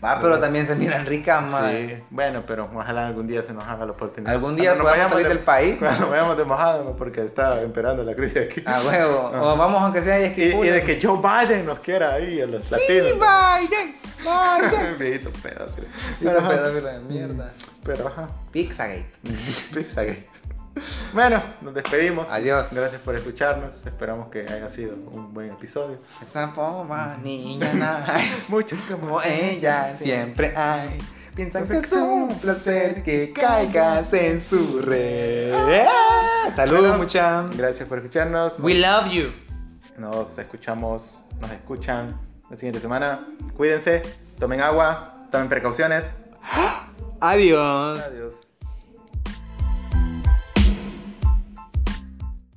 S6: Ah, pero también se miran ricas, man.
S7: Sí, bueno, pero ojalá algún día se nos haga la oportunidad.
S6: Algún día
S7: Cuando nos
S6: podamos
S7: vayamos
S6: salir
S7: de-
S6: del país. Ah,
S7: Cuando [laughs] nos vayamos de mojada, ¿no? porque está empeorando la crisis aquí. Ah.
S6: A [laughs] huevo. O vamos aunque sea y
S7: Y, y
S6: esquipulas.
S7: de que Joe Biden nos quiera ahí, a los latinos. [laughs] Viejito pedófilo.
S6: Pero
S7: Ajá.
S6: pedófilo de mierda.
S7: Pero ajá.
S6: Pizzagate.
S7: [laughs] Pizzagate. Bueno, nos despedimos.
S6: Adiós.
S7: Gracias por escucharnos. Esperamos que haya sido un buen episodio.
S6: Esa poba niña nada es
S7: Muchas como
S6: como [laughs] ella siempre hay. Piensan que es un placer que caigas en su red. Saludos,
S7: Bueno.
S6: mucha.
S7: Gracias por escucharnos.
S6: We love you.
S7: Nos escuchamos, nos escuchan la siguiente semana. Cuídense, tomen agua, tomen precauciones.
S6: Adiós.
S7: Adiós.